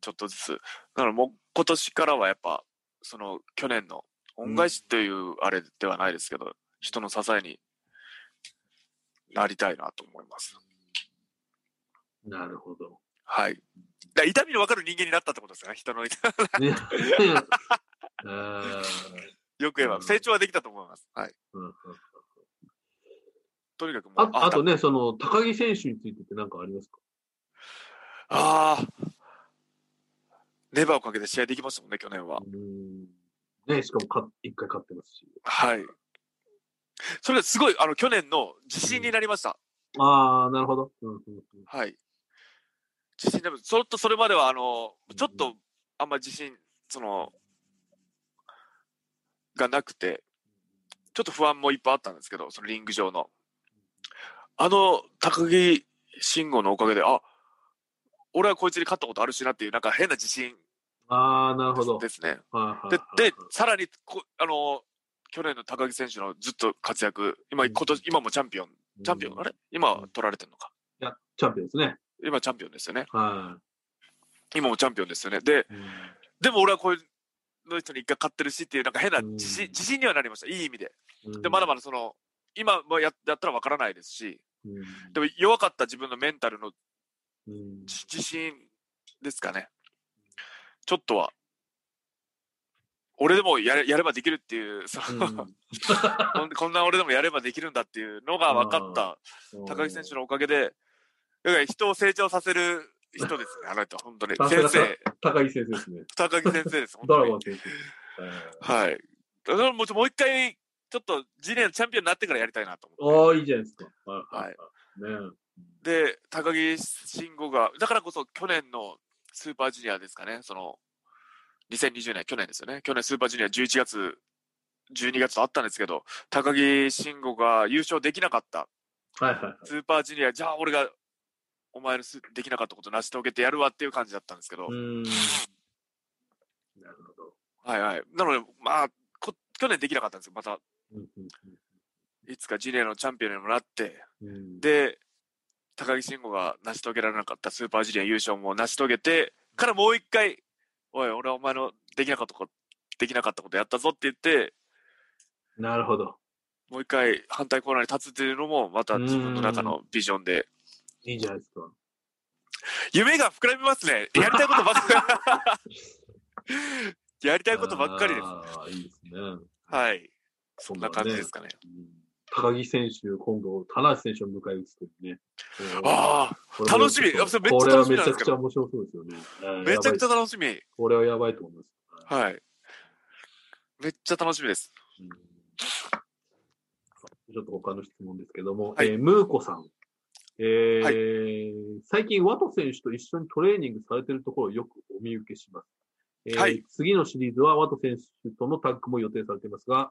ちょっとずつ。だからもう今年からはやっぱ、その去年の恩返しというあれではないですけど、人の支えになりたいなと思います。
なるほど。
はい。だから痛みの分かる人間になったってことですよね、人の痛み
ね。 あー
よく言えば、成長はできたと思います。はい。
うんうん
とにかくもう、
ああとね、その、高木選手についてって何かありますか
ああ、ネバーをかけて試合できましたもんね、去年は。
うんね、しかもか一回勝ってますし。
はい。それですごい、あの、去年の自信になりました。
ああ、なるほど。うんうんうん
はい。自信でも、そっとそれまでは、あの、ちょっと、あんま自信、その、がなくて、ちょっと不安もいっぱいあったんですけど、そのリング上の。あの、高木慎吾のおかげで、あ、俺はこいつに勝ったことあるしなっていう、なんか変な自信
ああ、なるほど。
ですね。
はいはい
で
はい
で、さらにこ、あの、去年の高木選手のずっと活躍、今、
うん
今年、今もチャンピオン、チャンピオン、
うん
あれ今は取られてんのか。
いや、チャンピオンですね。
今チャンピオンですよね。
は
今もチャンピオンですよね。で、
い。
でも俺はこういうの人に一回勝ってるしっていう、なんか変な
うん
自信、自信にはなりました。いい意味で。
うん
で、まだまだその、今もややったらわからないですし、
うん
でも弱かった自分のメンタルの
うん
自自信ですかね。ちょっとは、俺でもやれやればできるっていう、その、こんこんな俺でもやればできるんだっていうのが分かった
う ん
高木選手のおかげで、だから人を成長させる人です ね、あの人、本当に。
さ
先
すが
生、
高木先生ですね。
高木先生です、本
ド
当
ラ
に
ゴ。ン先生。はい
はい。だからもうちょもう一回、ちょっと次年チャンピオンになってからやりたいなと思って。
ああ、いいじゃないですか。はいはいはい。ね
で、高木慎吾が、だからこそ去年のスーパージュニアですかね、その、2020年、去年ですよね。去年スーパージュニア11月、12月とあったんですけど、高木慎吾が優勝できなかった。
はいはいはい。
スーパージュニア、じゃあ俺が、お前のすできなかったこと成し遂げてやるわっていう感じだったんですけど、
うん。なるほど。
はいはい。なので、まあ、こ去年できなかったんですよ。また、
うんうん
いつかジュニアのチャンピオンにもなって、
うんうん
で、高木慎吾が成し遂げられなかったスーパージュニア優勝も成し遂げてからもう一回「おい俺はお前のできなかったことできなかったことやったぞ」って言って
なるほど。
もう一回反対コーナーに立つっていうのもまた自分の中のビジョンで
いいんじゃないですか。
夢が膨らみます ねやりたいことばっか やりたいことばっかりです
ああ、いいですね。
はいそんな感じですかね
うん高木選手、今度、棚橋選手を迎え撃つというね。
ああ
これは
楽しみ
ちょ
いや
っと
それめっちゃ
これは
楽しみなん
めち
ですけ
ゃく
ど
ちゃ面白そうですよね。うん
めちゃくちゃ
やばい
楽しみ
これはやばいと思います。
はいめっちゃ楽しみです
うんちょっと他の質問ですけども、
はい
えームーコさん。えー最近、ワト選手と一緒にトレーニングされてるところをよくお見受けします。えー
はい
次のシリーズはワト選手とのタッグも予定されていますが、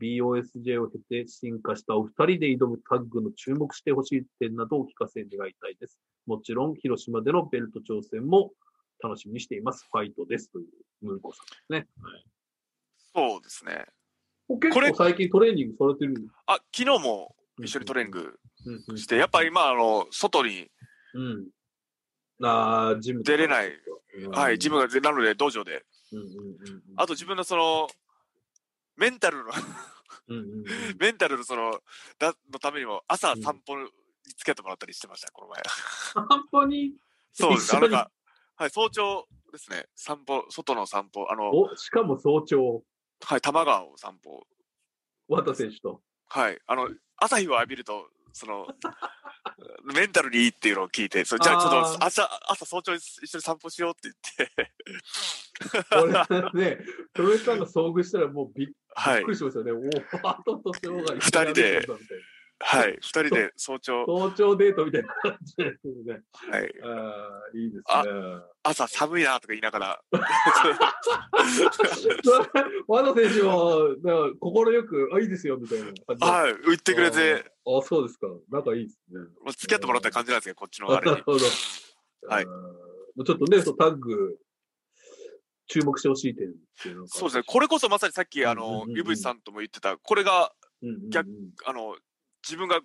BOSJ を経て進化したお二人で挑むタッグの注目してほしい点などをお聞かせ願いたいです。もちろん、広島でのベルト挑戦も楽しみにしています。ファイトです。という、ムーコさんですね。
そうですね
結構最近トレーニングされてる
あ昨日も一緒にトレーニング
うん
してやっぱ今あの外に
うん。ああ、ジムとか
出れない。はい自分がなので道場で
うんうんうんうん、
あと自分のそのメンタルの
うんうんうん、
メンタルのそのだのためにも朝
うん
散歩につけてもらったりしてましたこの前
散歩に、
そうです
一緒
あ
に
なんかはい早朝ですね散歩外の散歩あの
お、しかも早朝、
はい多摩川を散歩
渡選手 と。
はいあの朝日を浴びるとその メンタルにいいっていうのを聞いてそうじゃあちょっと朝朝早朝に一緒に散歩しようって言って
俺ね、プロレスさんが遭遇したらもうびっ
はい
くりしましたね。おお、あととしょうが
二人で はい二人で早朝
早朝デートみたいな感じですね。
はい
ああ、いいですね。
あ 朝寒いなとか言いながら
和田選手も、なんか快く、あ、いいですよ、みたいな感じで。
はい言ってくれて
ああ、そうですか。仲いいですね。
まあ付き合ってもらった感じなんですけど、こっちの
な
あれに
る。ほど。
はい
あー。ちょっとね、そのタッグ、注目してほしい点っていうのが
そうですね、これこそまさにさっき、あ
うんう
の
んうん、うん
湯渕さんとも言ってた、これが、
うんうんうん
逆あの、自分が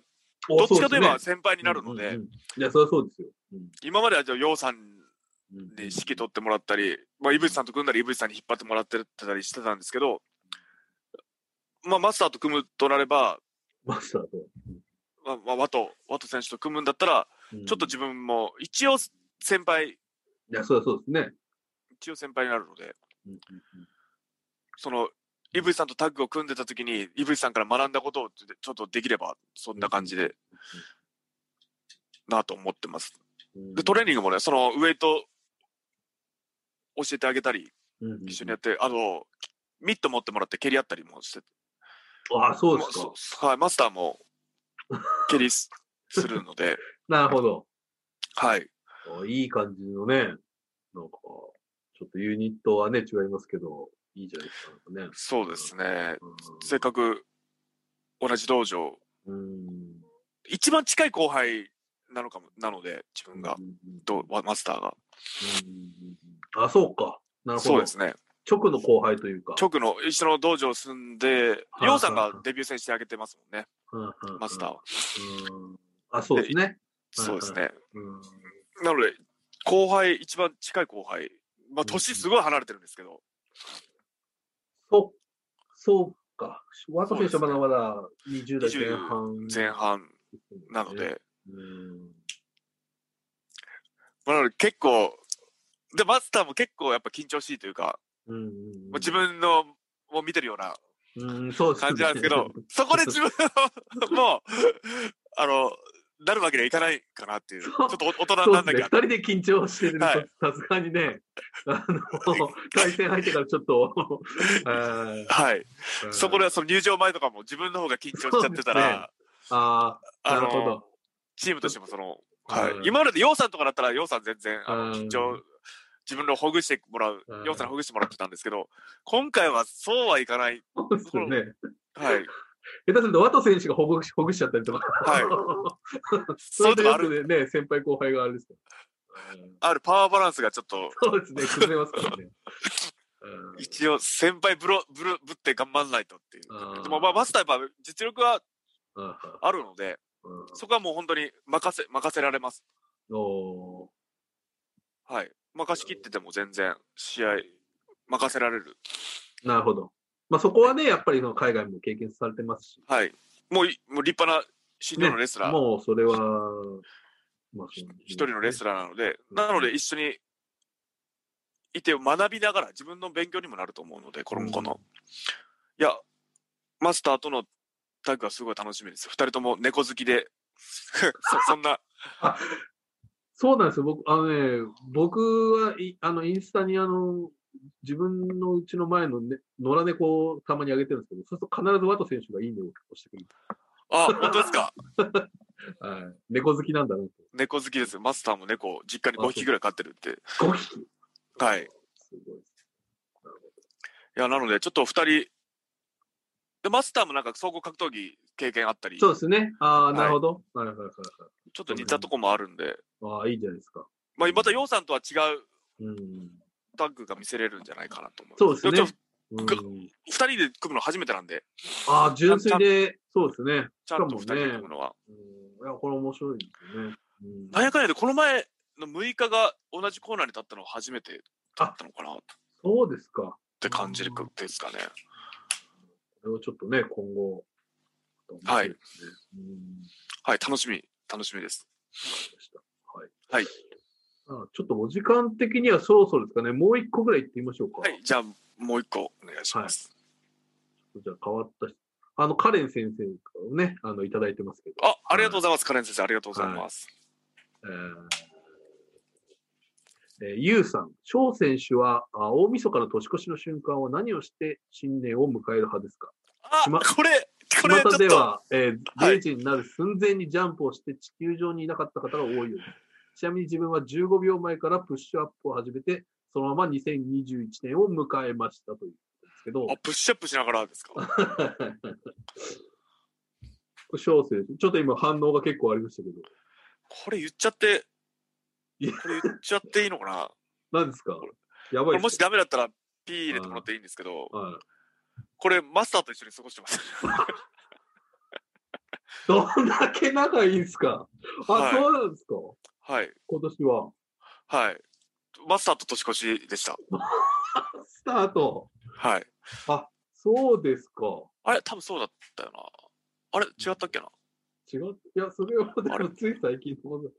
お
どっちかといえ
そう
ば
ですね
先輩になるの
うんうん
で
う、んいや、それはそうですよ。うん
今まではじゃあ、洋さん
うん
に指揮取ってもらったり、まあ、井渕さんと組んだり、井渕さんに引っ張ってもらってたりしてたんですけど、まあ、マスターと組むとなれば、
マスターと。
まあ、まあ、ワト、ワト選手と組むんだったら、
うん
ちょっと自分も、一応先輩、
いや、それはそうですね。
一応先輩になるので、
うんうん
その、井渕さんとタッグを組んでた時に、井渕さんから学んだことをちょちょっとできれば、そんな感じで、なと思ってます。
うんうん
で、トレーニングもね、その、ウェイト、教えてあげたり、一緒にやって、あと、ミット持ってもらって蹴り合ったりもして、
ああ、そうです
ま
か
あ。そはい、マスターも、蹴りすするの で、
なるほど。
はい。
あいい感じのね、なんか、ちょっとユニットはね、違いますけど、いいじゃないですか。なんかね
そうですね。
うん
せっかく、同じ道場、
うん。
一番近い後輩なのかも、なので、自分が
う、んうんうん
と、マスターが。
うんうんうんあ、そうか。なるほど。
そうですね。
直の後輩というか。
直の一緒の道場住んで、
はい
りょうさんがデビュー戦してあげてますもんね、
うんうんうん
マスターは。
うんあ、そうですね。
そうですね。
うん
なので、後輩、一番近い後輩、まあ、年すごい離れてるんですけど、
そ、そうか。ワト選手はまだまだ20代
20
前半。
前半なので、
うん。
まあ、なので結構、で、マスターも結構やっぱ緊張しいというか、
うんうん
まあ自分のを見てるような
うん、うん、そうですね
感じなんですけど、そこで自分の もう、あの、なるわけにはいかないかなっていう、ちょっと大人
そ
に
う
な
で
ん
す
な
ね。
きゃ
二。人で緊張してると、
はい
さすがにね、あ の、対戦相手からちょっと、あ
はい。
ー
そこではその入場前とかも自分の方が緊張しちゃってた
そうですね
ら、
ああ、
あ
なる
の
ほど。
チームとしてもその、
うん
はい
うん
今まででヨウさんとかだったらヨウさん全然あ
うん
の緊張、自分のほぐしてもらう
うん、
ヨウさんにほぐしてもらってたんですけど、今回はそうはいかない。
そうですよね。
はい。
下手すると、ワト選手がほぐしほぐしちゃったりとか。
はい。
そ
そういうと
れで
こ
よ
ある、
くね、先輩後輩があれですから。うん
あるパワーバランスがちょっと、
そうですね、崩れますからね。うん
一応先輩ぶろ、ぶる、ぶって頑張んないとっていう。
うん
でもまあマスターやっぱ実力は
うん
あるので、
うん
そこはもう本当に任せ、任せられます。
おー
はい。任しきってても全然試合、任せられる。
なるほど。まあ、そこはね、やっぱりその海外も経験されてますし。
はい。もうい、もう立派な新日本のレスラー、
もうそれは、まあ、
一人のレス
ラ
ラーなので、
うん
なので一緒にいて学びながら自分の勉強にもなると思うので、この子の。いや、マスターとのタッグはすごい楽しみです。二人とも猫好き で、そそんな、
そうなんですよ。僕、あのね、僕はい、あの、インスタにあの、自分のうちの前の、ね、野良猫をたまにあげてるんですけど、そうすると必ずワト選手がいいねを押してくる。
あ、本当ですか
はい。猫好きなんだなって。
猫好きです。マスターも猫、実家に5匹ぐらい飼ってるって。
5匹す
はい。い
ごいです。
や、なので、ちょっと二人、で、マスターもなんか総合格闘技経験あったり、ち
そ
ょ
うですね。ああ、なるほど。はいはいはいは
っと似たとこもあるんで、
い。ああ、いいじゃないですか。
まあ、また、ヨウさんとは違う
うん。
タッグが見せれるんじゃないかなと思います。
そうです
ちょ
ね
っと。
うん、
二人で組むの初めてなんで、
ああ、純粋で、そうですね。
ちゃんと二人で組むのは。
うんいや、これ面白いですよね。うん
なんやかんやで、この前の6日が同じコーナーに立ったのは初めてだったのかなっ
そうですか。
て感じるですかね。
これをちょっとね、今後。
はい
面白ですね。うん
はい、楽しみ、楽しみです。
わかりました
はい。
はい。あちょっとお時間的にはそろそろですかね。もう一個ぐらい行ってみましょうか。
はい、じゃあ、もう一個お願いします。
じゃあ変わったしあの、カレン先生からもね、あの、いただいてますけど。
あ、ありがとうございます、カレン先生、ありがとうございます。
えーえーゆうさん、翔選手はあ大晦日の年越しの瞬間は何をして新年を迎える派ですか
あ、
ま
これ、これちょ
巷
っ
で
と、
は、えー、
はい
0時になる寸前にジャンプをして地球上にいなかった方が多いようです。ちなみに自分は15秒前からプッシュアップを始めて、そのまま2021年を迎えましたということで すけど
あ、プッシュアップしながらですか。
翔選手、ちょっと今反応が結構ありましたけど、
これ言っちゃって、
いや
これ言っちゃっていいのかな。
何ですかや
こ
ば
れ
い
も
です
しダメだったら、ピー入れてもらっていいんですけど、
はい
これ、マスターと一緒に過ごして ます。
どんだけ仲いいんすかあ、
はい
そうなんですか
はい、
今年は。
はい。マスターと年越しでした。
スタート。
はい。
あ、そうですか。
あれ、多分そうだったよな。あれ、違ったっけな。
違う。いや、それはで
あれ
もつい最近のもの。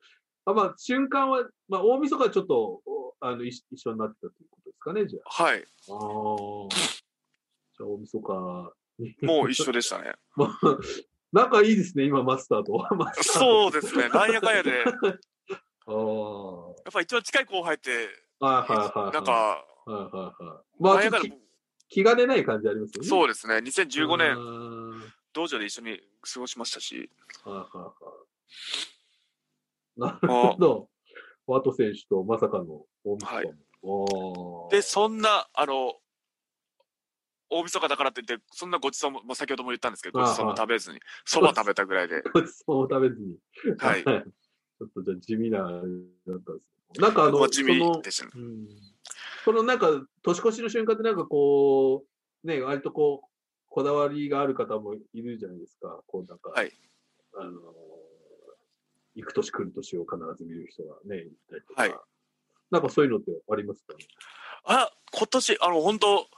あ、まあ、瞬間は、まあ、大晦日はちょっと、おあの、一一緒になってたということですかね、じゃ
はい。
あ。ああ。じゃあ、大晦日に。
もう一緒でした ね。
まあ仲いいですね、今、マスターと。 マスター
そうですね。なんやかんやで、やっ
と。
ぱ一番近い後輩って、
ああ。はいはいはいはい。
なん、か、
はいはいはい。ま
な
あ、
ん
ち
や
ょっ
か
と
ん
気
や、
気が出ない感じありますよね。
そうですね。2015年、
年。
道場で一緒に過ごしました し、
はいはいはい。なるほど。ワト選手とまさかの大晦
はい
日も。
で、そんな、あの、大晦日だからって言って、そんなごちそうも、まあ、先ほども言ったんですけど、
あ
ご
あ
ちそうも食べずに、そば食べたぐらい で、
ごちそうを食べずに。
はい
ち。ょっとじゃあ地味な、だったんですけどなんかあの、
まあ、地
そ
味
の
でしたね。
うんこのなんか、年越しの瞬間ってなんかこう、ね、割とこう、こだわりがある方もいるじゃないですか。こうなんか、
はい
あのー、行く年来る年を必ず見る人がね、いたりとか。
はい
なんかそういうのってありますか
あ、今年、あの、本当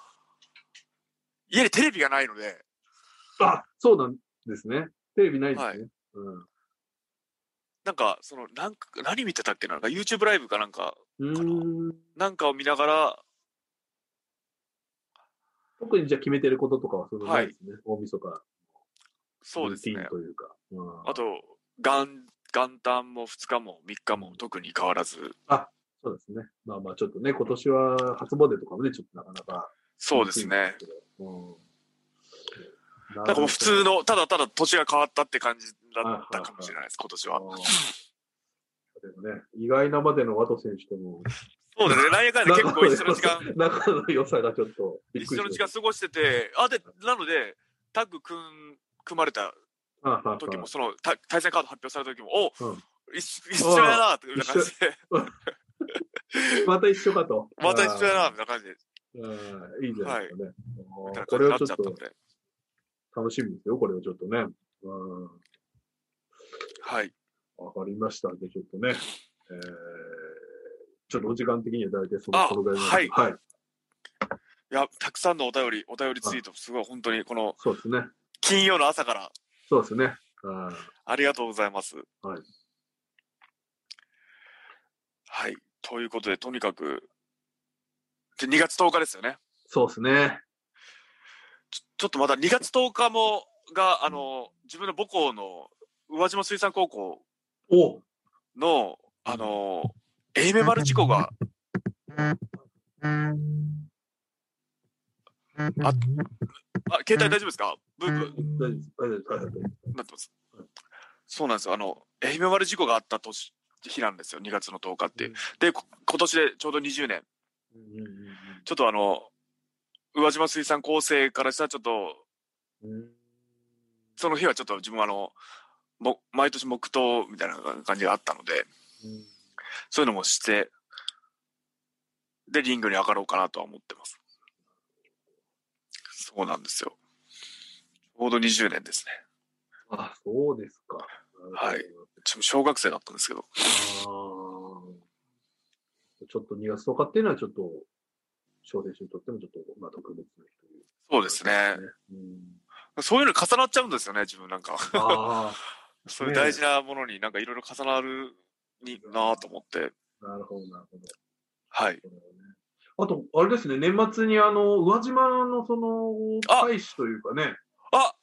家にテレビがないので、
あ、そうなんですね。テレビないですね。
はい
うん
なんか、その、なんか、何見てたっけななんか YouTube ライブかなんか、
うーん。
なんかを見ながら、
特にじゃあ決めてることとかはそのないですね。大晦日。
そうです
ルー
ね
ティン。というか。うん
あと、元、元旦も2日も3日も特に変わらず、
そうですね。まあまあちょっとね、今年は初詣とかもね、ちょっとなかなか。
そうですね。。
うん。
な
なん
かもう普通の、ただただ年が変わったって感じだったかもしれないです、今年は。
でもね、意外なまでのワト選手とも、
そうですね、なんやかんやで 結構一緒の時間、
仲の良さがちょっとびっ
一
くり
緒の時間過ごしてて、あ、で、なので、タッグ組ん、組まれた
間
時も、その、た対戦カード発表された時も、お、
うん
一緒一緒やな、っていう感じで、
また一緒かと。
また一緒やな、みたいな感じで、
うんいいじゃないですかね。うん
みたいな感
こ
じ
れ
に
を
なっ
ち
ち
ょ
ゃった
っと
ので。
楽しみですよ、これをちょっとね。うん
はい。
わかりました。で、ちょっとね、えー、ちょっとお時間的には大体その
あ
そのぐらいになるはい。
いや、たくさんのお便り、お便りツイート、すごい本当にこの
そうですね。
金曜の朝から
そうですね。あー
ありがとうございます。
はい。
はい。ということで、とにかく、で2月10日ですよね。
そうですね。
ちょちょっとまだ2月10日も、が、あの、自分の母校の宇和島水産高校
お
の、あの、エイメマル事故がああ、携帯大丈夫ですかブーブ
大丈夫です。大丈夫です。
ーなってます。そうなんですよ。あの、愛媛丸事故があった年、日なんですよ。2月の10日って。で、こ今年でちょうど20年。
うんうんうん
ちょっとあの、宇和島水産構成からしたらちょっと、
うんうん
その日はちょっと自分はあの、も毎年黙祷みたいな感じがあったので、
うん
そういうのもして、で、リングに上がろうかなとは思ってます。そうなんですよ。ちょうど20年ですね。
あ、そうですか。
はい自分小学生だったんですけど。
あーちょっと2月10日っていうのはちょっと、小選手にとってもちょっと、まあ、特別な日という。
そうですね。。
うん、
そういうの重なっちゃうんですよね、自分なんか。
あ
そういう大事なものになんかいろいろ重なるになぁと思って。
あ、なるほど、なるほど。
はい。
そうだよねあと、あれですね、年末にあの、宇和島のその、
あ
大使というかね、
あ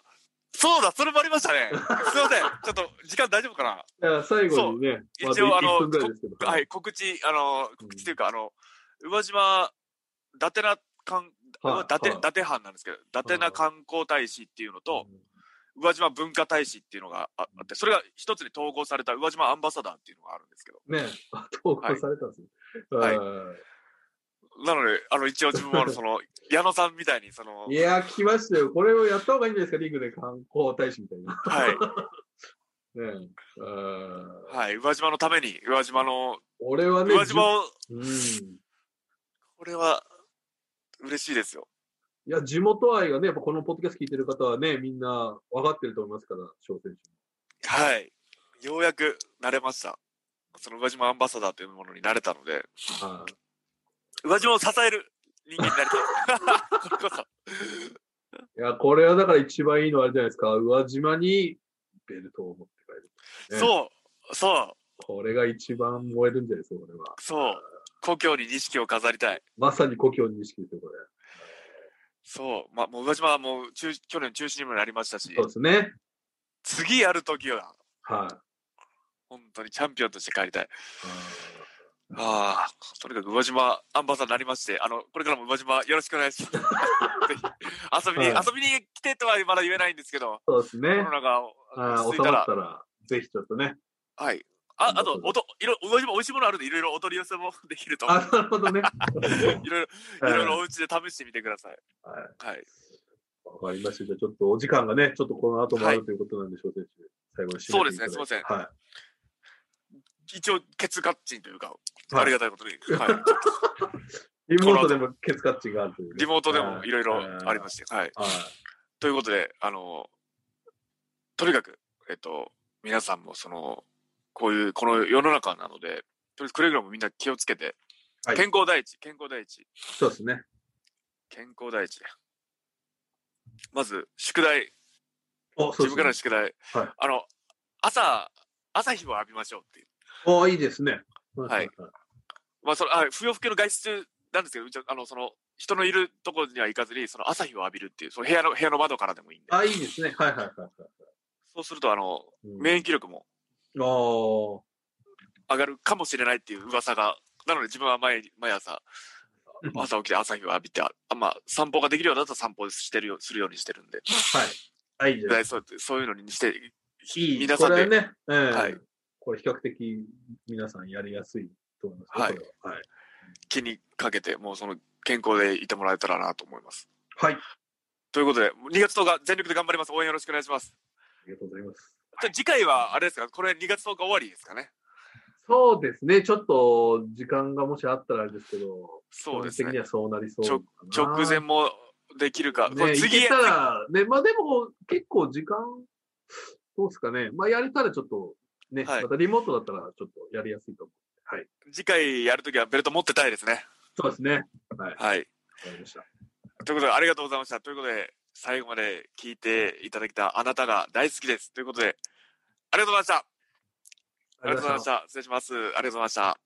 そうだそれもありましたねすいませんちょっと時間大丈夫かない
や最後にね、
そう
ま
一応
と
あの
1分ぐらいですけど、
はい、告知、あの、告知というか、あの、宇和島、伊達な観、
はい
伊達、
はい
伊達藩なんですけど、伊達な観光大使っていうのと、宇和島文化大使っていうのがああって、それが一つに統合された宇和島アンバサダーっていうのがあるんですけど、
ね、あ投稿されたんですね。
はい
は
なので、あの、一応自分もあの、その、 矢野さんみたいに、その
い、いやー、聞きましたよ。これをやった方がいいんじゃないですか、リングで観光大使みたいな。
はい、
ねえ、あー
はい、宇和島のために、宇和島の、
俺はね、
宇和島を、
じうん、い
これは、嬉しいですよ。
や、地元愛がね、やっぱこのポッドキャスト聞いてる方はね、みんな分かってると思いますから、小選
はい。ようやく慣れました。その宇和島アンバサダーというものに慣れたので、
手。はい
宇和島を支える人間になりた い。これこそ。
いや、これはだから一番いいのはあれじゃないですか、宇和島にベルトを持って帰る。ね
そう、そう、
これが一番燃えるんじゃないですか、俺は。
そう。故郷に錦を飾りたい。
まさに故郷に意識ですよ、これ。
そう。まあ、もう宇和島はもう中去年中止にもなりましたし
そう、ですね。
次やる時は、
はい。
本当にチャンピオンとして帰りたい。あ
あ
あ、とにかく宇和島アンバサダーになりまして、あの、これからも宇和島よろしくお願いし ます。ぜひ遊びに、
はい
遊びに来てとはまだ言えないんですけど、
ーそうです
コ
ね
ロ。ナが
あ
落
ー
ち着
収
いた
まっ
ら、
たら、ぜひちょっとね。
はい。あ、あと、おと、いろ、宇和島美味しいものあるんで、いろいろお取り寄せもできると思う
あ、なるほど ね。
いろいろ、いろいろお家で試してみてください。
はい
はい。
わかりました。じゃあちょっとお時間がね、ちょっとこの後もあるということなんで、しょう選手、最後に締めていただいて
そうですねすいません
はい。
一応、ケツカッチンというか、
はい
ありがたいことに、はい、
リモートでもケツカッチがあるというね、
リモートでもいろいろあり
す。
まして、はい。
はい。
ということで、あの、とにかく、えっと、皆さんも、その、こういう、この世の中なので、とりあえずくれぐれもみんな気をつけて、
はい
健康第一、健康第一、
そうですね。
健康第一で。まず、宿題、
お、そ
自
うで
分
すね
からの宿題、
はい
あの、朝、朝日を浴びましょうっていう。
お、いいですね。
はい。まあ、その、あ、不要不急の外出なんですけど、うちはあの、その、人のいるところには行かずに、その朝日を浴びるっていう、その部屋の、部屋の窓からでもいいんで。
あ、いいですね。はいはいはいはい。
そうすると、あの、
うん
免疫力も
あー
上がるかもしれないっていう噂が、なので自分は毎、毎朝、朝起きて朝日を浴びて、あまあ、散歩ができるようだったら散歩してるよ、するようにしてるんで、
あ、いいじゃない
だいそうそういうのにして、
いい
皆さんで
これはね、ええ
はい
これ比較的皆さんやりやすいと思います、ね。
はい
これは。はい。
気にかけて、もうその、健康でいてもらえたらなと思います。
はい。あ
ということで、2月10日全力で頑張ります。応援よろしくお願いします。
りがとうございます。
じゃあ次回は、あれですか、これ2月10日終わりですかね。
そうですね。ちょっと時間がもしあったらあれですけど、
そうですね
基本的に。はそうなりそう
ち
か
ょ
な。
直前もできるか。こ
ね、
れ
次
次
けたら、ね、まあでも結構時間、どうですかね。まあやれたらちょっとね、
はい
またリモートだったらちょっとやりやすいと思う。はい。
次回やるときはベルト持ってたいですね。
そうですね。はい。わか
はい。
りました。
ということで、ありがとうございました。ということで、最後まで聞いていただきたあなたが大好きです。ということで、ありがとうございました。ありがとうございました。失礼します。ありがとうございました。